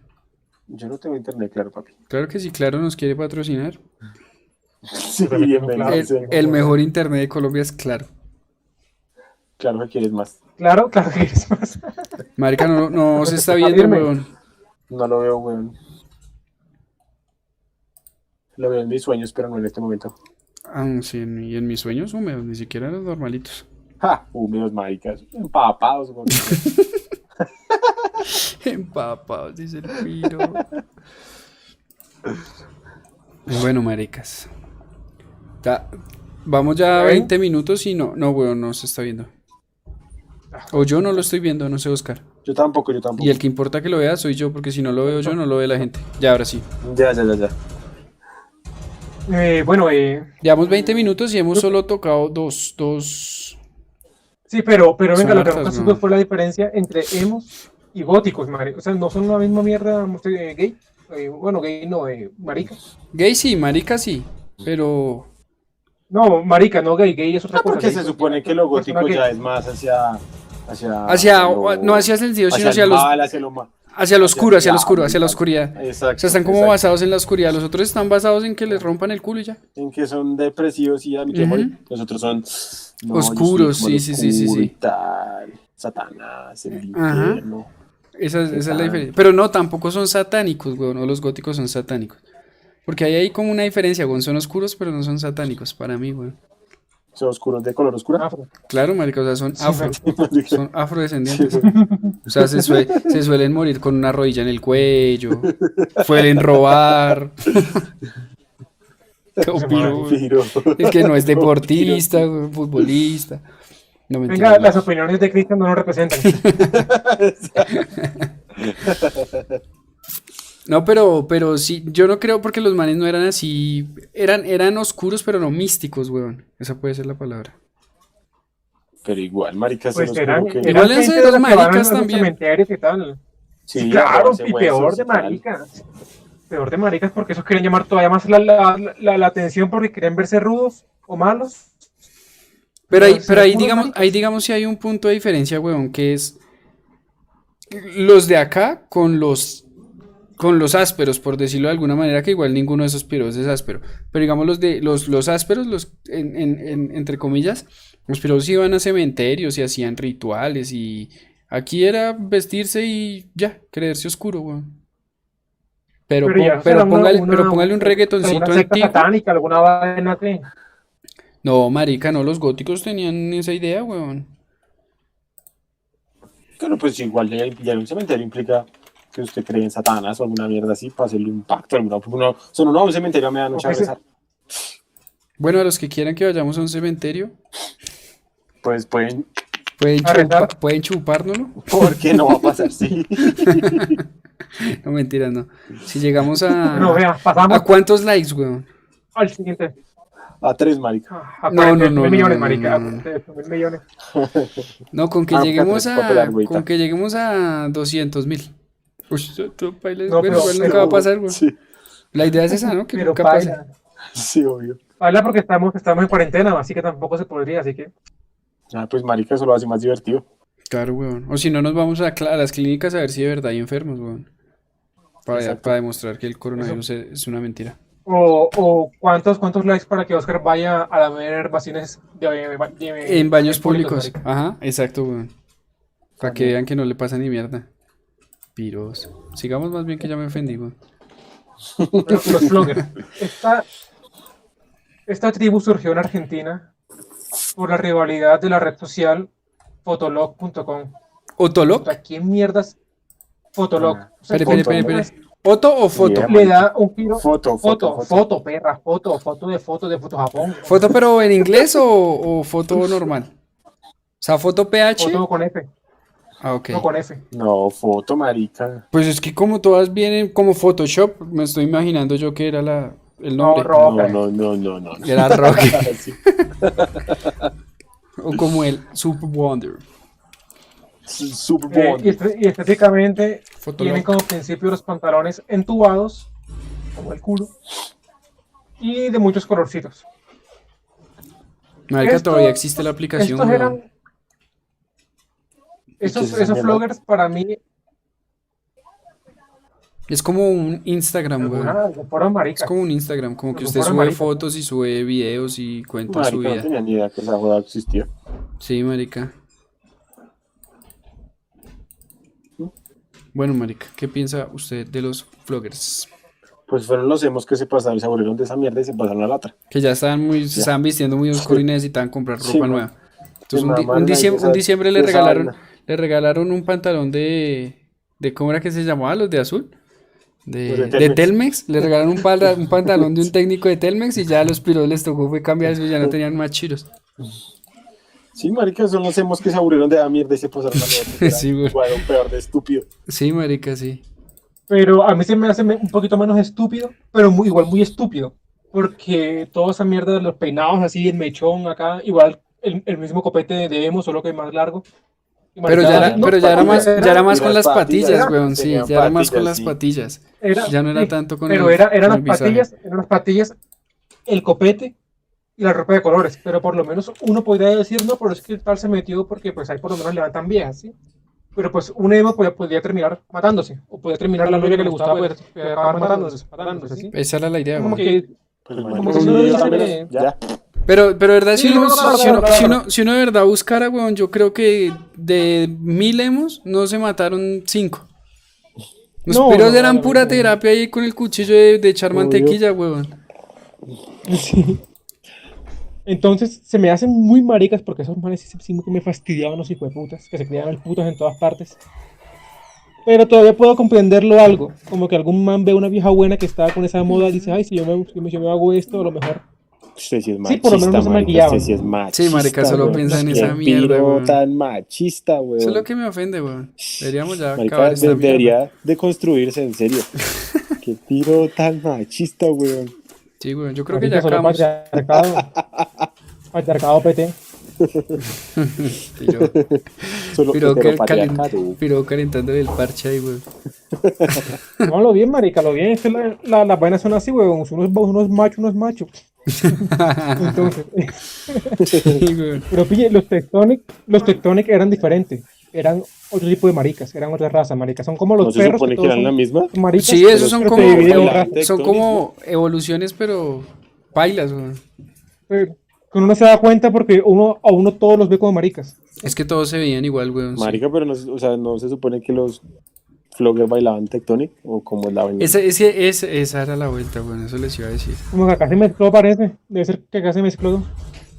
Speaker 2: Yo no tengo internet, claro, papi.
Speaker 1: Claro que sí, claro, nos quiere patrocinar.
Speaker 2: Sí,
Speaker 3: Pero no,
Speaker 2: bienvenido.
Speaker 3: claro.
Speaker 1: El,
Speaker 2: sí.
Speaker 1: el mejor internet de Colombia es claro.
Speaker 2: Claro que quieres más.
Speaker 3: Claro, claro que es más.
Speaker 1: Marica, no, no se está viendo,
Speaker 3: Confirme.
Speaker 1: weón.
Speaker 2: No lo veo, weón. Lo veo en mis sueños, pero no en este momento.
Speaker 1: Ah, sí, en- y en mis sueños húmedos, ni siquiera los normalitos.
Speaker 2: Ja, húmedos, maricas. Empapados, weón.
Speaker 1: Empapados, dice el piro. Bueno, maricas. Ta- Vamos ya a
Speaker 3: ¿Ven?
Speaker 1: 20 minutos y no, no, weón, no se está viendo. O yo no lo estoy viendo, no sé, Oscar.
Speaker 2: Yo tampoco, yo tampoco.
Speaker 1: Y el que importa que lo vea soy yo, porque si no lo veo yo, no lo ve la gente. Ya, ahora sí.
Speaker 2: Ya, ya, ya, ya.
Speaker 3: Eh, bueno, eh,
Speaker 1: Llevamos 20 minutos y hemos solo tocado dos, dos.
Speaker 3: sí, pero, pero venga,
Speaker 1: Son
Speaker 3: lo que
Speaker 1: hartas,
Speaker 3: más
Speaker 1: weón.
Speaker 3: fue la diferencia entre emos y góticos, Mari. O sea, no son la misma mierda eh, gay. Eh, bueno, gay no, eh, marica.
Speaker 1: Gay sí, marica sí, pero...
Speaker 3: No, marica, no gay, gay es otra
Speaker 2: Ah,
Speaker 3: cosa.
Speaker 2: porque
Speaker 3: gay,
Speaker 2: se
Speaker 3: pues,
Speaker 2: supone
Speaker 3: ya,
Speaker 2: que lo
Speaker 3: persona
Speaker 2: gótico
Speaker 3: gay.
Speaker 2: ya es más hacia. Hacia.
Speaker 1: Hacia,
Speaker 2: lo-
Speaker 1: no hacia el sentido, sino
Speaker 2: hacia,
Speaker 1: hacia
Speaker 2: el
Speaker 1: los,
Speaker 2: mal, hacia lo mal.
Speaker 1: Hacia lo oscuro, hacia lo
Speaker 2: diablo,
Speaker 1: oscuro, hacia la
Speaker 2: diablo.
Speaker 1: oscuridad.
Speaker 2: Exacto.
Speaker 1: O sea, están como
Speaker 2: exacto.
Speaker 1: basados en la oscuridad. Los otros están basados en que les rompan el culo y ya.
Speaker 2: En que son depresivos y a mi quiero
Speaker 1: Ujú.
Speaker 2: morir. Los otros son. no, yo
Speaker 1: Oscuros,
Speaker 2: soy como el
Speaker 1: sí, sí, sí, sí,
Speaker 2: oscuro y
Speaker 1: sí.
Speaker 2: tal, Satanás, el
Speaker 1: Ajá.
Speaker 2: infierno.
Speaker 1: Esa, es- esa es la
Speaker 2: Ah.
Speaker 1: diferencia. Pero no, tampoco son satánicos, weón. No, los góticos son satánicos. Porque hay ahí como una diferencia, weón. Son oscuros, pero no son satánicos para mí, weón.
Speaker 2: Son oscuros de color oscuro.
Speaker 3: Afro.
Speaker 1: Claro, marica, o sea, son afro. Son afrodescendientes.
Speaker 2: Sí,
Speaker 1: O sea, se, sue- se suelen morir con una rodilla en el cuello. Suelen robar. Qué opino, weón.
Speaker 2: Vampiro.
Speaker 1: Es que no es deportista, weón, futbolista. No mentira, pues.
Speaker 3: Venga,
Speaker 1: no.
Speaker 3: las opiniones de Cristian no nos representan.
Speaker 1: No, pero, pero sí, yo no creo porque los manes no eran así, eran, eran oscuros, pero no místicos, weón. Esa puede ser la palabra.
Speaker 2: Pero igual, marica, se
Speaker 3: Pues
Speaker 2: los
Speaker 3: eran,
Speaker 2: juro que.
Speaker 1: Igual
Speaker 3: eran
Speaker 1: ese de
Speaker 3: gente de
Speaker 1: los
Speaker 3: las que van a
Speaker 1: maricas
Speaker 3: los
Speaker 1: también.
Speaker 3: cementerios y tal.
Speaker 2: Sí,
Speaker 3: Claro,
Speaker 2: robarse
Speaker 3: y peor
Speaker 2: huesos
Speaker 3: de
Speaker 2: y tal.
Speaker 3: maricas. Peor de maricas porque esos querían llamar todavía más la, la- la- la atención porque querían verse rudos o malos.
Speaker 1: Pero
Speaker 3: Pero
Speaker 1: ahí,
Speaker 3: si
Speaker 1: pero
Speaker 3: los
Speaker 1: ahí
Speaker 3: puros
Speaker 1: digamos,
Speaker 3: maricas.
Speaker 1: ahí digamos si hay un punto de diferencia, weón, que es los de acá con los, con los ásperos, por decirlo de alguna manera, que igual ninguno de esos piros es áspero. Pero digamos los de, los, los ásperos, los, en, en- en- entre comillas, los piros iban a cementerios y hacían rituales y aquí era vestirse y ya, creerse oscuro, weón. Pero,
Speaker 3: Pero
Speaker 1: pon-
Speaker 3: ya, o sea,
Speaker 1: pero
Speaker 3: era una-
Speaker 1: póngale,
Speaker 3: una-
Speaker 1: pero póngale un
Speaker 3: alguna
Speaker 1: reggaetoncito
Speaker 3: Alguna secta
Speaker 1: antiguo.
Speaker 3: satánica, alguna vaina así.
Speaker 1: No, marica, no, los góticos tenían esa idea, weón.
Speaker 2: Claro, pues igual ya, ya en un cementerio implica que usted cree en Satanás o alguna mierda así para hacerle un pacto. Alguna, porque uno, solo no, un cementerio me da noche a
Speaker 3: Ojalá.
Speaker 2: rezar.
Speaker 1: Bueno, a los que quieran que vayamos a un cementerio,
Speaker 2: Pues pueden,
Speaker 1: pueden,
Speaker 3: A rezar.
Speaker 1: chupa- pueden chupárnoslo.
Speaker 2: porque no va a pasar, sí.
Speaker 1: No, mentiras, no. Si llegamos a.
Speaker 3: Pero vea, pasamos
Speaker 1: ¿A cuántos likes, weón?
Speaker 3: al siguiente.
Speaker 2: A tres, marica.
Speaker 3: Ah,
Speaker 1: No, no, no, no,
Speaker 3: mil millones,
Speaker 1: no,
Speaker 3: marica.
Speaker 1: no, no.
Speaker 3: 42 mil millones.
Speaker 1: No, con que
Speaker 2: Ah,
Speaker 1: lleguemos
Speaker 2: espérate, papel
Speaker 1: a.
Speaker 2: agüita.
Speaker 1: Con que lleguemos a 200 mil. Uy, eso- eso paila es-
Speaker 3: No,
Speaker 1: bueno,
Speaker 3: pero-
Speaker 1: igual pues nunca
Speaker 3: pero-
Speaker 1: va a pasar, güey.
Speaker 2: Sí,
Speaker 1: La idea es esa, ¿no? Que
Speaker 3: Pero
Speaker 1: nunca pase.
Speaker 3: paila.
Speaker 2: sí, obvio.
Speaker 3: Paila porque estamos, estamos en cuarentena, así que tampoco se podría, así que.
Speaker 2: Ah, pues, marica, eso lo hace más divertido.
Speaker 1: Claro, weón. O si no, nos vamos a, cl- a las clínicas a ver si de verdad hay enfermos, weón. Para,
Speaker 2: Exacto.
Speaker 1: para demostrar que el coronavirus es, es una mentira.
Speaker 3: O, o cuántos, cuántos likes para que Oscar vaya a la ver vacinas de, de- de-
Speaker 1: En baños
Speaker 3: de
Speaker 1: públicos.
Speaker 3: marica.
Speaker 1: Ajá, exacto, weón. Para que vean que no le pasa ni mierda. Piros. Sigamos más bien que ya me ofendí, weón.
Speaker 3: Los, los bloggers. Esta, esta tribu surgió en Argentina por la rivalidad de la red social fotolog.com. O
Speaker 1: ¿Otolog?
Speaker 3: sea, ¿quién mierdas? Fotolog.
Speaker 2: Ah,
Speaker 3: O sea,
Speaker 1: Espere, espere, espere,
Speaker 2: Fotolog.
Speaker 1: espere. ¿Oto o foto?
Speaker 2: Yeah.
Speaker 3: Le da un giro.
Speaker 2: Foto,
Speaker 3: Foto,
Speaker 2: foto,
Speaker 3: foto,
Speaker 2: foto.
Speaker 3: perra, foto, foto de foto de foto Japón.
Speaker 1: ¿Foto pero en inglés o, o foto normal? O sea, foto PH.
Speaker 3: Foto con F,
Speaker 1: Ah, ok.
Speaker 3: no con F.
Speaker 2: No, foto, marica.
Speaker 1: Pues es que como todas vienen como Photoshop, me estoy imaginando yo que era la, el
Speaker 3: No,
Speaker 1: nombre.
Speaker 2: No,
Speaker 3: Roca.
Speaker 2: no, no, no, no. no.
Speaker 1: Era Rocky.
Speaker 2: Sí.
Speaker 1: o como el Super Wonder.
Speaker 2: Super
Speaker 3: Eh,
Speaker 2: Bowl.
Speaker 3: y, este- y estéticamente tienen
Speaker 1: Fotolog.
Speaker 3: como principio los pantalones entubados, como el culo, y de muchos colorcitos.
Speaker 1: Marica,
Speaker 3: Esto-
Speaker 1: todavía existe la aplicación.
Speaker 3: Estos
Speaker 1: weón.
Speaker 3: eran. Esos,
Speaker 2: es esa
Speaker 3: esos
Speaker 2: mierda?
Speaker 3: vloggers para mí
Speaker 1: Es como un Instagram, Ah, weón.
Speaker 3: alguna- fueron
Speaker 1: Es
Speaker 3: maricas.
Speaker 1: como un Instagram, como que
Speaker 3: Como
Speaker 1: usted
Speaker 3: fuera
Speaker 1: sube
Speaker 3: marica.
Speaker 1: fotos y sube videos y cuenta su
Speaker 2: Marica, no
Speaker 1: vida.
Speaker 2: tenía ni idea que esa joda existía.
Speaker 1: Sí, marica. Bueno, marica, ¿qué piensa usted de los vloggers?
Speaker 2: Pues fueron los hemos que se pasaron, se aburrieron de esa mierda y se pasaron a la otra.
Speaker 1: Que ya estaban muy, se
Speaker 2: Ya.
Speaker 1: estaban vistiendo muy oscuro y necesitaban comprar
Speaker 2: Sí,
Speaker 1: ropa
Speaker 2: man.
Speaker 1: nueva. Entonces un, di- un
Speaker 2: mamaron ahí
Speaker 1: diciembre,
Speaker 2: esa-
Speaker 1: un diciembre le
Speaker 2: esa
Speaker 1: regalaron,
Speaker 2: vaina.
Speaker 1: le regalaron un pantalón de, de ¿cómo era que se llamaba? Los de azul. De,
Speaker 2: Los de
Speaker 1: de
Speaker 2: Telmex.
Speaker 1: Telmex, le regalaron un, pala- un pantalón de un técnico de Telmex y ya a los piros les tocó fue cambiar eso y ya no tenían más chiros.
Speaker 2: Sí, marica, son los hemos que se aburrieron de la mierda y se pasaron a la otra.
Speaker 1: Sí, güey.
Speaker 2: Bueno, peor de estúpido.
Speaker 1: Sí, marica, sí.
Speaker 3: Pero a mí se me hace me- un poquito menos estúpido, pero muy- igual muy estúpido. Porque toda esa mierda de los peinados así, el mechón acá, igual el, el mismo copete de Emo, solo que más largo. Y
Speaker 1: Pero ya
Speaker 3: maricada,
Speaker 1: era,
Speaker 3: ¿no?
Speaker 1: pero ya era
Speaker 3: Patillas,
Speaker 1: más, ya era más
Speaker 2: y
Speaker 1: con las
Speaker 2: las
Speaker 1: patillas,
Speaker 2: patillas,
Speaker 1: weón, sí,
Speaker 2: tenían
Speaker 1: ya era más con
Speaker 2: patillas,
Speaker 1: las
Speaker 2: sí.
Speaker 1: patillas.
Speaker 3: era-
Speaker 1: Ya no era
Speaker 3: sí,
Speaker 1: tanto con
Speaker 3: Pero
Speaker 1: el-
Speaker 3: era, eran
Speaker 1: con
Speaker 3: las
Speaker 1: el visaje.
Speaker 3: patillas, eran las patillas, el copete y la ropa de colores. Pero por lo menos uno podría decir, no, pero es que el tal se metió porque pues ahí por lo menos le van tan viejas, ¿sí? Pero pues un emo podía, podía terminar matándose, o podía terminar la novia que le gustaba, podía, podía acabar matándose, matándose, ¿sí?
Speaker 1: Esa era la idea,
Speaker 3: Como
Speaker 1: weón.
Speaker 3: que
Speaker 2: Pues,
Speaker 3: Como
Speaker 2: marica,
Speaker 3: que
Speaker 2: sí,
Speaker 3: no lo
Speaker 2: yo
Speaker 3: hice,
Speaker 2: también-
Speaker 3: eh.
Speaker 2: ya.
Speaker 1: Pero, pero de verdad, si
Speaker 3: Sí,
Speaker 1: uno,
Speaker 3: no, no, no,
Speaker 1: si, uno,
Speaker 3: no, no,
Speaker 1: si
Speaker 3: no.
Speaker 1: uno- si uno de verdad buscara, weón, yo creo que de mil emos no se mataron cinco. Los
Speaker 3: No,
Speaker 1: piros
Speaker 3: no,
Speaker 1: eran
Speaker 3: no,
Speaker 1: pura
Speaker 3: no.
Speaker 1: terapia ahí con el cuchillo de, de echar mantequilla, weón.
Speaker 3: Entonces se me hacen muy maricas porque esos manes sí, sí que me fastidiaban los hijos de putas, que se creían el putas en todas partes. Pero todavía puedo comprenderlo algo, como que algún man ve una vieja buena que estaba con esa moda y dice, ay, si yo me, si me- yo me hago esto, a lo mejor.
Speaker 2: Usted Este sí es
Speaker 3: Sí, por lo menos no
Speaker 2: machista, marica.
Speaker 3: se maquillaban.
Speaker 2: Usted sí es machista.
Speaker 1: marica, solo
Speaker 2: weón.
Speaker 1: piensa en
Speaker 2: Qué
Speaker 1: esa mierda,
Speaker 2: piro
Speaker 1: weón.
Speaker 2: tan machista, weón.
Speaker 1: Eso es lo que me ofende, weón. Deberíamos ya
Speaker 2: Marica,
Speaker 1: acabar esta
Speaker 2: de-
Speaker 1: mierda.
Speaker 2: debería de construirse, en serio. Qué tiro tan machista, weón.
Speaker 1: Sí, weón, yo creo que ya
Speaker 3: Marica, solo
Speaker 1: acabamos.
Speaker 3: Patriarcado, patriarcado PT.
Speaker 1: Piro,
Speaker 2: Solo
Speaker 1: piro que-
Speaker 2: heteropatriarcado,
Speaker 1: calen-
Speaker 2: weón.
Speaker 1: piro calentándole el parche ahí, weón.
Speaker 3: No, lo bien, marica, lo bien, es que la- la- las vainas son así, weón, unos, unos machos, unos machos. Entonces...
Speaker 1: Sí, weón.
Speaker 3: Pero pille, los Tectonic, los Tectonic eran diferentes. Eran otro tipo de maricas, eran otra raza, maricas. Son como los
Speaker 2: ¿No se
Speaker 3: perros.
Speaker 2: supone que
Speaker 3: todos
Speaker 2: eran la
Speaker 3: son
Speaker 2: misma?
Speaker 3: maricas,
Speaker 1: Sí, esos
Speaker 3: pero-
Speaker 1: son
Speaker 3: pero
Speaker 1: como,
Speaker 3: se dividen en
Speaker 1: evo-
Speaker 2: la-
Speaker 3: razas.
Speaker 1: son como evoluciones, pero pailas, weón.
Speaker 3: Pero Que uno no se da cuenta porque uno a uno todos los ve como maricas.
Speaker 1: Es que todos se veían igual, weón. sí.
Speaker 2: Marica, pero no, se- o sea, no se supone que los vloggers bailaban Tectonic o como la vaina.
Speaker 1: Esa, ese- ese- esa era la vuelta, weón, eso les iba a decir.
Speaker 3: Como que acá se mezcló, parece. Debe ser que acá se mezcló.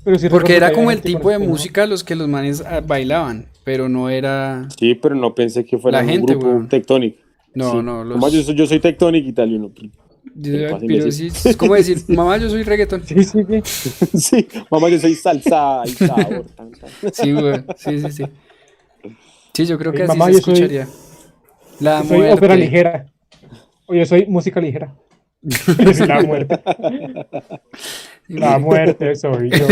Speaker 3: Pero sí recuerdo
Speaker 1: Porque era
Speaker 3: que
Speaker 1: como el
Speaker 3: había gente
Speaker 1: tipo de
Speaker 3: con este, ¿no?
Speaker 1: música los que los manes ah, bailaban, pero no era...
Speaker 2: Sí, pero no pensé que fuera
Speaker 1: La
Speaker 2: un
Speaker 1: gente,
Speaker 2: grupo
Speaker 1: weón.
Speaker 2: Tectonic.
Speaker 1: No,
Speaker 2: Sí.
Speaker 1: no, los...
Speaker 2: Mamá, yo soy, yo soy Tectonic italiano.
Speaker 1: Yo-
Speaker 2: fácil
Speaker 1: pero
Speaker 2: decir.
Speaker 1: sí, es como decir, mamá, yo soy reggaetón.
Speaker 3: Sí, sí, sí.
Speaker 2: sí, mamá, yo soy salsa y sabor. tan, tan.
Speaker 1: Sí, weón, sí, sí, sí. Sí, yo creo que
Speaker 3: Ey,
Speaker 1: así
Speaker 3: mamá,
Speaker 1: se
Speaker 3: yo soy-
Speaker 1: escucharía. La
Speaker 3: Soy ópera
Speaker 1: muerte.
Speaker 3: ligera. O yo soy música ligera. Es la muerte. La muerte soy yo.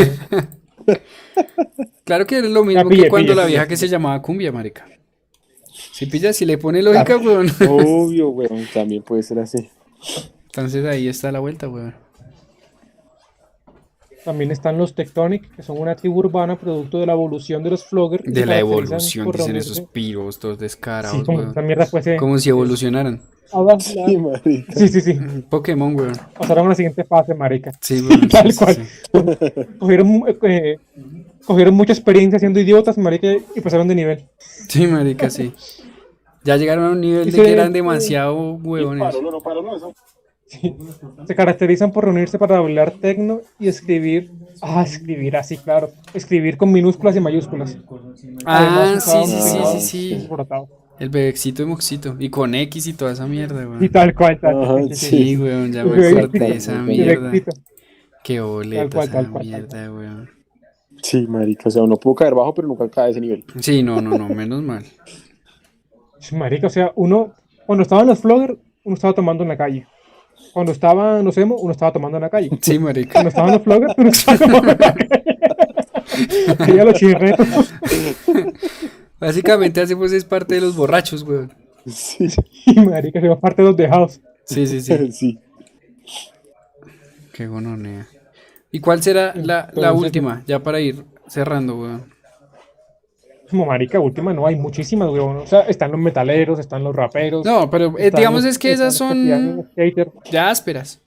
Speaker 1: Claro que es lo mismo
Speaker 3: pillé,
Speaker 1: que cuando
Speaker 3: pillé,
Speaker 1: la
Speaker 3: pillé.
Speaker 1: vieja que se llamaba Cumbia, marica. Si pilla, si le pone lógica, weón.
Speaker 2: Obvio, weón. También puede ser así.
Speaker 1: Entonces ahí está la vuelta, weón.
Speaker 3: También están los Tectonic, que son una tribu urbana producto de la evolución de los floggers. que se
Speaker 1: De la
Speaker 3: caracterizan
Speaker 1: evolución,
Speaker 3: por
Speaker 1: dicen
Speaker 3: reunirse-
Speaker 1: esos piros, todos descarados,
Speaker 3: Sí, como
Speaker 1: weón.
Speaker 3: esa mierda fuese
Speaker 1: Como si evolucionaran.
Speaker 3: avanzada.
Speaker 2: Sí, marica.
Speaker 3: Sí, sí, sí.
Speaker 1: Pokémon, weón.
Speaker 3: Pasaron a la siguiente fase, marica.
Speaker 1: Sí, weón.
Speaker 3: Tal
Speaker 1: sí, sí,
Speaker 3: cual.
Speaker 1: sí.
Speaker 3: Cogieron, eh, cogieron mucha experiencia siendo idiotas, marica, y pasaron de nivel.
Speaker 1: Sí, marica, sí. Ya llegaron a un nivel de
Speaker 3: Dice-
Speaker 1: que eran demasiado huevones.
Speaker 2: Parolo, no parolo, eso.
Speaker 3: Se caracterizan por reunirse para hablar tecno y escribir. Ah, escribir así, claro. Escribir con minúsculas y mayúsculas.
Speaker 1: Ah,
Speaker 3: Además,
Speaker 1: sí, sí, sí,
Speaker 2: usaban-
Speaker 1: sí, sí.
Speaker 3: Exportado.
Speaker 1: El bebecito y moxito. Y con X y toda esa mierda,
Speaker 3: Y
Speaker 1: weón.
Speaker 3: tal cual, tal
Speaker 2: Ajá,
Speaker 3: cual.
Speaker 2: sí.
Speaker 1: Sí, weón, ya me
Speaker 3: Bebecito,
Speaker 1: acordé de esa mierda.
Speaker 3: Directito.
Speaker 1: Qué boleta
Speaker 3: cual,
Speaker 1: esa
Speaker 3: tal cual, tal
Speaker 1: mierda, weón.
Speaker 2: Sí, marica. O sea, uno pudo caer bajo, pero nunca cae a ese nivel.
Speaker 1: Sí, no, no, no, menos mal.
Speaker 3: Marica, o sea, uno, cuando estaban los floggers, uno estaba tomando en la calle. Cuando estaban los emo, uno estaba tomando en la calle.
Speaker 1: Sí, marica.
Speaker 3: Cuando estaban los floggers, uno estaba tomando en la calle. Y ya los chirretos.
Speaker 1: Básicamente así pues es parte de los borrachos, weón.
Speaker 2: Sí,
Speaker 3: Y marica, se va parte de los dejados.
Speaker 1: Sí, sí, sí.
Speaker 2: sí.
Speaker 1: Qué gononea. ¿Y cuál será la, la
Speaker 3: Entonces-
Speaker 1: última? Ya para ir cerrando, weón.
Speaker 3: Como marica, última no hay muchísimas, weón. O sea, están los metaleros, están los raperos.
Speaker 1: No, pero eh,
Speaker 3: están
Speaker 1: digamos
Speaker 3: los-
Speaker 1: es que
Speaker 3: están
Speaker 1: esas
Speaker 3: los tiran
Speaker 1: son
Speaker 3: los skaters.
Speaker 1: ya ásperas.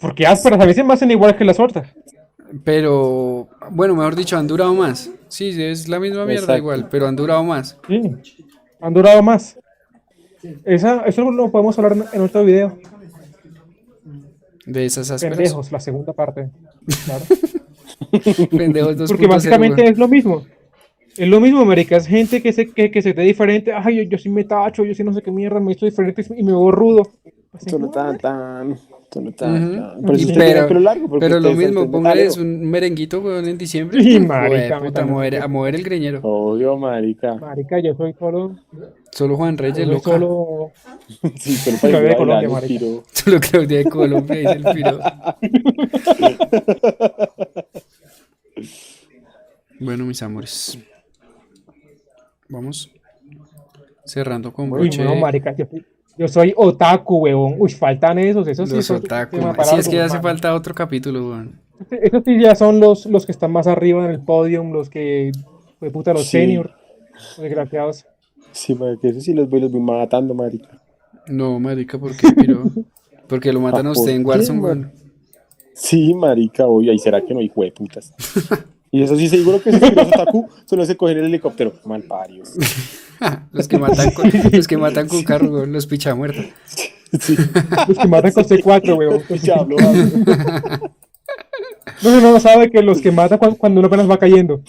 Speaker 3: Porque ásperas a veces me hacen igual que las otras.
Speaker 1: Pero, bueno, mejor dicho, han durado más. Sí, sí, es la misma mierda
Speaker 2: Exacto.
Speaker 1: igual, pero han durado más.
Speaker 3: Sí. Han durado más. Esa, eso lo podemos hablar en otro video.
Speaker 1: De esas ásperas.
Speaker 3: Pendejos, la segunda parte. Claro.
Speaker 1: Pendejos 2.0,
Speaker 3: Porque básicamente
Speaker 1: weón.
Speaker 3: es lo mismo. Es lo mismo, marica. Es gente que se, que, que se ve diferente. Ay, yo, yo sí me tacho, yo sí no sé qué mierda, me hizo diferente y me veo rudo. Así,
Speaker 2: Solo
Speaker 3: ¿no?
Speaker 2: tan, tan. Solo tan,
Speaker 1: Ujú.
Speaker 2: tan. Por eso
Speaker 1: Y
Speaker 2: usted tiene el
Speaker 1: pero-
Speaker 2: pelo largo. porque
Speaker 1: Pero lo
Speaker 2: ustedes son
Speaker 1: mismo,
Speaker 2: tan
Speaker 1: póngales
Speaker 2: metalero.
Speaker 1: un merenguito, weón, en diciembre.
Speaker 3: Sí,
Speaker 1: Jue-
Speaker 3: marica,
Speaker 1: puta, a
Speaker 3: me
Speaker 1: mover,
Speaker 3: parece.
Speaker 1: a mover el greñero.
Speaker 2: Obvio, marica.
Speaker 3: Marica, yo soy solo.
Speaker 1: Solo Juan
Speaker 3: Yo
Speaker 1: Reyes,
Speaker 3: soy
Speaker 1: loca.
Speaker 3: solo.
Speaker 2: Sí, solo para
Speaker 3: Claudia de
Speaker 2: ir
Speaker 3: Colombia,
Speaker 2: bailando,
Speaker 3: marica.
Speaker 2: piro.
Speaker 1: Solo Claudia de Colombia dice el piro. Bueno, mis amores. Vamos. Cerrando con
Speaker 3: Uy,
Speaker 1: broche.
Speaker 3: no, marica. Yo, yo soy otaku, weón. Uy, faltan esos. Esos sí
Speaker 1: los
Speaker 3: son-
Speaker 1: otaku.
Speaker 3: tema
Speaker 1: man.
Speaker 3: para
Speaker 1: Sí, es
Speaker 3: algo,
Speaker 1: que ya hace
Speaker 3: hermano.
Speaker 1: falta otro capítulo, weón.
Speaker 3: Esos sí ya son los, los que están más arriba en el podium, los que. De puta, los
Speaker 2: Sí.
Speaker 3: senior. los Desgraciados.
Speaker 2: Sí, marica. Eso sí, los voy, los voy matando, marica.
Speaker 1: No, marica, ¿por qué, piro? Porque lo matan a
Speaker 2: ¿por
Speaker 1: usted en
Speaker 2: qué,
Speaker 1: Warzone,
Speaker 2: man?
Speaker 1: weón.
Speaker 2: Sí, marica, obvio. Ahí será que no, hijo de putas. Y eso sí, seguro que esos piros otaku solo se cogen el helicóptero. Mal parios.
Speaker 1: Los que matan con, los que matan con carro, weón, los picha muertos.
Speaker 2: Sí,
Speaker 3: Los que matan con C4, weón.
Speaker 2: ya hablo, hablo.
Speaker 3: No, no, no sabe que los que matan cu- cuando uno apenas va cayendo.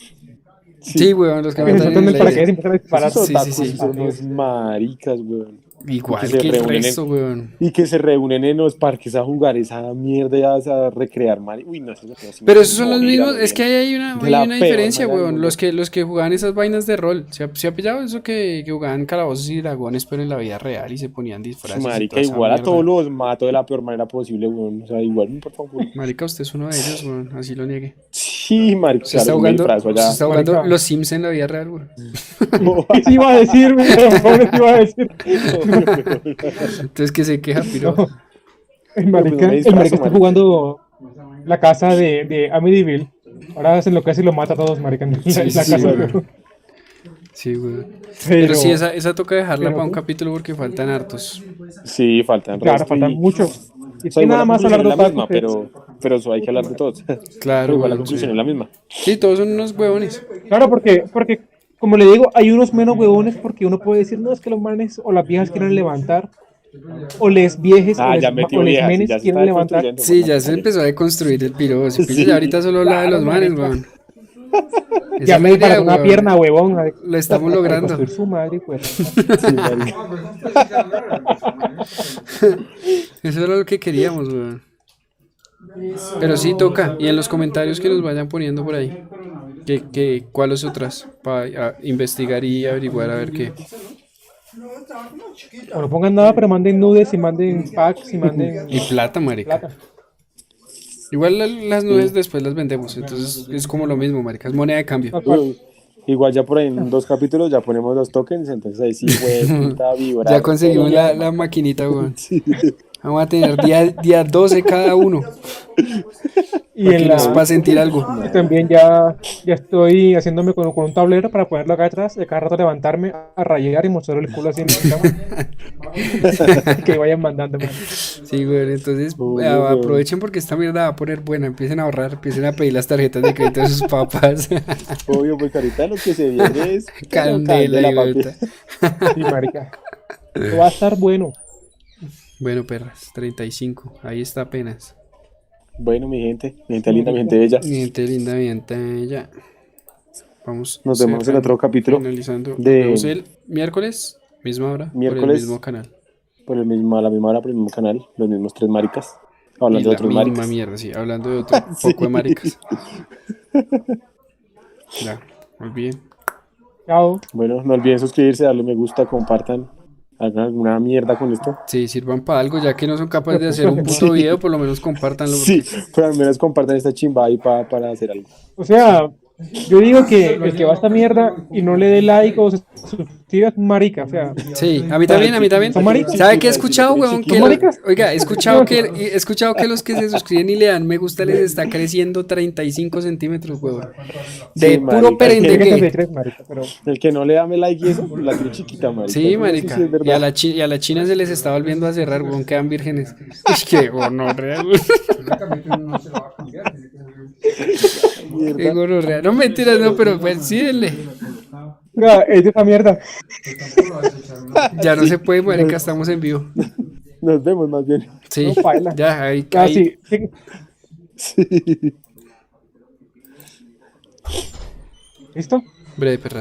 Speaker 1: Sí, weón, los que
Speaker 3: Que se
Speaker 1: matan
Speaker 3: saltan
Speaker 1: en el
Speaker 3: del
Speaker 1: aire.
Speaker 3: paracaídas y empiezan a disparar.
Speaker 2: Esos
Speaker 1: Sí, sí,
Speaker 2: otakus
Speaker 1: sí.
Speaker 2: son unos maricas, weón.
Speaker 1: Igual
Speaker 2: Que se
Speaker 1: que el
Speaker 2: reúnen en-
Speaker 1: resto, weón.
Speaker 2: Y que se reúnen en los parques a jugar esa mierda y a, a recrear mal. Uy, no, eso es lo que
Speaker 1: Pero esos son los
Speaker 2: Morir a
Speaker 1: mismos,
Speaker 2: lo
Speaker 1: es que
Speaker 2: bien.
Speaker 1: ahí hay una,
Speaker 2: De
Speaker 1: hay
Speaker 2: la
Speaker 1: una
Speaker 2: peor
Speaker 1: diferencia,
Speaker 2: manera del
Speaker 1: weón.
Speaker 2: mundo.
Speaker 1: Los que, los que jugaban esas vainas de rol, ¿se ha, se ha pillado eso que, que jugaban calabozos y dragones, pero en la vida real y se ponían disfraces? y
Speaker 2: Marica,
Speaker 1: toda esa
Speaker 2: igual a
Speaker 1: mierda?
Speaker 2: todos los mato de la peor manera posible, weón. O sea, igual me importa un culo.
Speaker 1: Marica, usted es uno de ellos, weón, así lo niegue.
Speaker 2: Sí, marica,
Speaker 1: Se está
Speaker 2: claro, me
Speaker 1: jugando,
Speaker 2: disfrazo allá.
Speaker 1: se está jugando
Speaker 3: Marica.
Speaker 1: los Sims en la vida real, weón.
Speaker 3: ¿Qué se iba a decir, weón? Pobre, se iba a decir.
Speaker 1: Entonces que se queja, pero
Speaker 3: No. El marica,
Speaker 2: pues, me
Speaker 3: el
Speaker 2: disfrazo,
Speaker 3: marica está
Speaker 2: marica.
Speaker 3: jugando la casa de, de Amityville. Ahora hacen lo que hace y lo mata a todos, marica. en la-
Speaker 1: Sí,
Speaker 3: la
Speaker 1: sí,
Speaker 3: casa.
Speaker 2: weón.
Speaker 1: sí, weón.
Speaker 3: Pero,
Speaker 1: Pero sí, esa, esa toca dejarla
Speaker 3: pero
Speaker 1: para un
Speaker 3: tú-
Speaker 1: capítulo porque faltan hartos.
Speaker 2: Sí, faltan
Speaker 3: claro,
Speaker 2: resto
Speaker 3: faltan
Speaker 2: y-
Speaker 3: muchos. Y
Speaker 2: O sea,
Speaker 3: es que nada
Speaker 2: igual la
Speaker 3: más
Speaker 2: conclusión
Speaker 3: hablar de
Speaker 2: es la misma,
Speaker 3: otaku, que-
Speaker 2: pero, pero eso hay que hablar de todos. Pero
Speaker 1: Claro,
Speaker 2: igual la
Speaker 1: weón.
Speaker 2: conclusión
Speaker 1: Sí.
Speaker 2: es la misma.
Speaker 1: Sí, todos son unos huevones.
Speaker 3: Claro, porque, porque, como le digo, hay unos menos huevones porque uno puede decir, no, es que los manes o las viejas quieren levantar, o les viejes
Speaker 2: Ah,
Speaker 3: o les,
Speaker 2: ya
Speaker 3: ma-
Speaker 2: metió
Speaker 3: o les
Speaker 2: viejas,
Speaker 3: menes
Speaker 2: ya se
Speaker 3: quieren
Speaker 2: está
Speaker 3: levantar.
Speaker 2: construyendo.
Speaker 1: Sí, ya se empezó a deconstruir el piro. Si pilla,
Speaker 2: Sí.
Speaker 1: ya ahorita solo habla de los
Speaker 3: Claro,
Speaker 1: manes,
Speaker 3: marica.
Speaker 1: weón. Esa
Speaker 3: Ya
Speaker 1: es la
Speaker 3: me para
Speaker 1: idea,
Speaker 3: una
Speaker 1: weón.
Speaker 3: pierna, huevón. a-
Speaker 1: Lo estamos
Speaker 3: para
Speaker 1: logrando.
Speaker 3: construir su madre, pues.
Speaker 2: Sí, marica.
Speaker 1: Eso era lo que queríamos, weón. Pero sí toca. Y en los comentarios que nos vayan poniendo por ahí. Que, que, ¿Cuáles otras? Para investigar y averiguar a ver qué.
Speaker 5: No, estaba como chiquita.
Speaker 3: O no pongan nada, pero manden nudes y manden packs y manden
Speaker 1: Y plata, marica.
Speaker 3: plata.
Speaker 1: Igual la- las nubes después las vendemos, entonces es como lo mismo, marica, es moneda de cambio.
Speaker 2: Uy, Igual ya por ahí en dos capítulos ya ponemos los tokens, entonces ahí sí, güey, puta vibra.
Speaker 1: Ya conseguimos la, la maquinita, weón. Vamos a tener día, día 12 cada uno,
Speaker 3: Y
Speaker 1: que
Speaker 3: en
Speaker 1: nos va a
Speaker 3: la,
Speaker 1: sentir algo.
Speaker 3: y también ya, ya estoy haciéndome con, con un tablero para ponerlo acá atrás y cada rato levantarme a rayar y mostrar el culo así en la cama. que vayan mandando. man.
Speaker 1: Sí, weón, entonces
Speaker 2: Uy,
Speaker 1: eh,
Speaker 2: weón.
Speaker 1: aprovechen porque esta mierda va a poner buena, empiecen a ahorrar, empiecen a pedir las tarjetas de crédito de sus papás.
Speaker 2: Obvio, pues ahorita lo que se viene es.
Speaker 1: Candela,
Speaker 2: candela,
Speaker 1: weón.
Speaker 2: papi.
Speaker 3: Sí, marica. Esto Va a estar bueno.
Speaker 1: Bueno, perras, 35, ahí está apenas.
Speaker 2: Bueno, mi gente, mi gente linda, mi gente bella.
Speaker 1: Mi gente linda, mi gente, ya. Vamos.
Speaker 2: Nos vemos en
Speaker 1: cerrando,
Speaker 2: otro capítulo
Speaker 1: Finalizando.
Speaker 2: de-
Speaker 1: Nos vemos el miércoles, misma hora, por el
Speaker 2: Miércoles.
Speaker 1: mismo canal.
Speaker 2: por el mismo, a la misma hora, por el mismo canal, los mismos tres maricas, hablando
Speaker 1: y
Speaker 2: de
Speaker 1: la
Speaker 2: otros
Speaker 1: misma
Speaker 2: maricas.
Speaker 1: mierda, sí, hablando de otro
Speaker 2: Sí.
Speaker 1: poco de maricas. ya, muy bien.
Speaker 3: Chao.
Speaker 2: Bueno, no olviden suscribirse, darle me gusta, compartan, hagan alguna mierda con esto.
Speaker 1: Sí, sirvan para algo, ya que no son capaces de hacer un puto
Speaker 2: Sí.
Speaker 1: video, por lo menos compártanlo. porque-
Speaker 2: Sí, pero al menos compartan esta chimba ahí pa- para hacer algo.
Speaker 3: O sea, yo digo que el que va a esta mierda y no le dé like o se suscriba es un marica. O sea,
Speaker 1: Sí, a mí también, a mí también.
Speaker 3: ¿Son maricas?
Speaker 1: ¿Sabe qué he escuchado, weón? Que
Speaker 3: ¿Son
Speaker 1: lo-
Speaker 3: maricas?
Speaker 1: oiga, he escuchado, que, he escuchado que los que se suscriben y le dan me gusta les está creciendo 35 centímetros, weón. De
Speaker 2: Sí,
Speaker 1: puro
Speaker 2: marica,
Speaker 1: perende
Speaker 3: tiene que
Speaker 1: que...
Speaker 3: 33, marica, pero
Speaker 2: El que no le dame like y eso, la tiene chiquita, marica.
Speaker 1: Sí,
Speaker 2: Entonces,
Speaker 1: marica.
Speaker 2: eso sí
Speaker 1: y, a
Speaker 2: es verdad.
Speaker 1: la chi- y a la China se les está volviendo a cerrar, weón, quedan vírgenes. Es que, oh, gonorrea, weón. Qué
Speaker 2: Mierda.
Speaker 1: gonorrea. No mentiras, no, pero pues sí, denle.
Speaker 3: Oiga, es de esta mierda.
Speaker 1: Ya no se puede, marica, estamos en vivo.
Speaker 2: Nos vemos más bien.
Speaker 1: Sí,
Speaker 3: No, paila.
Speaker 1: ya, ahí,
Speaker 3: Ah,
Speaker 1: ahí,
Speaker 3: sí, sí.
Speaker 2: Sí.
Speaker 3: ¿Listo?
Speaker 1: breve perras.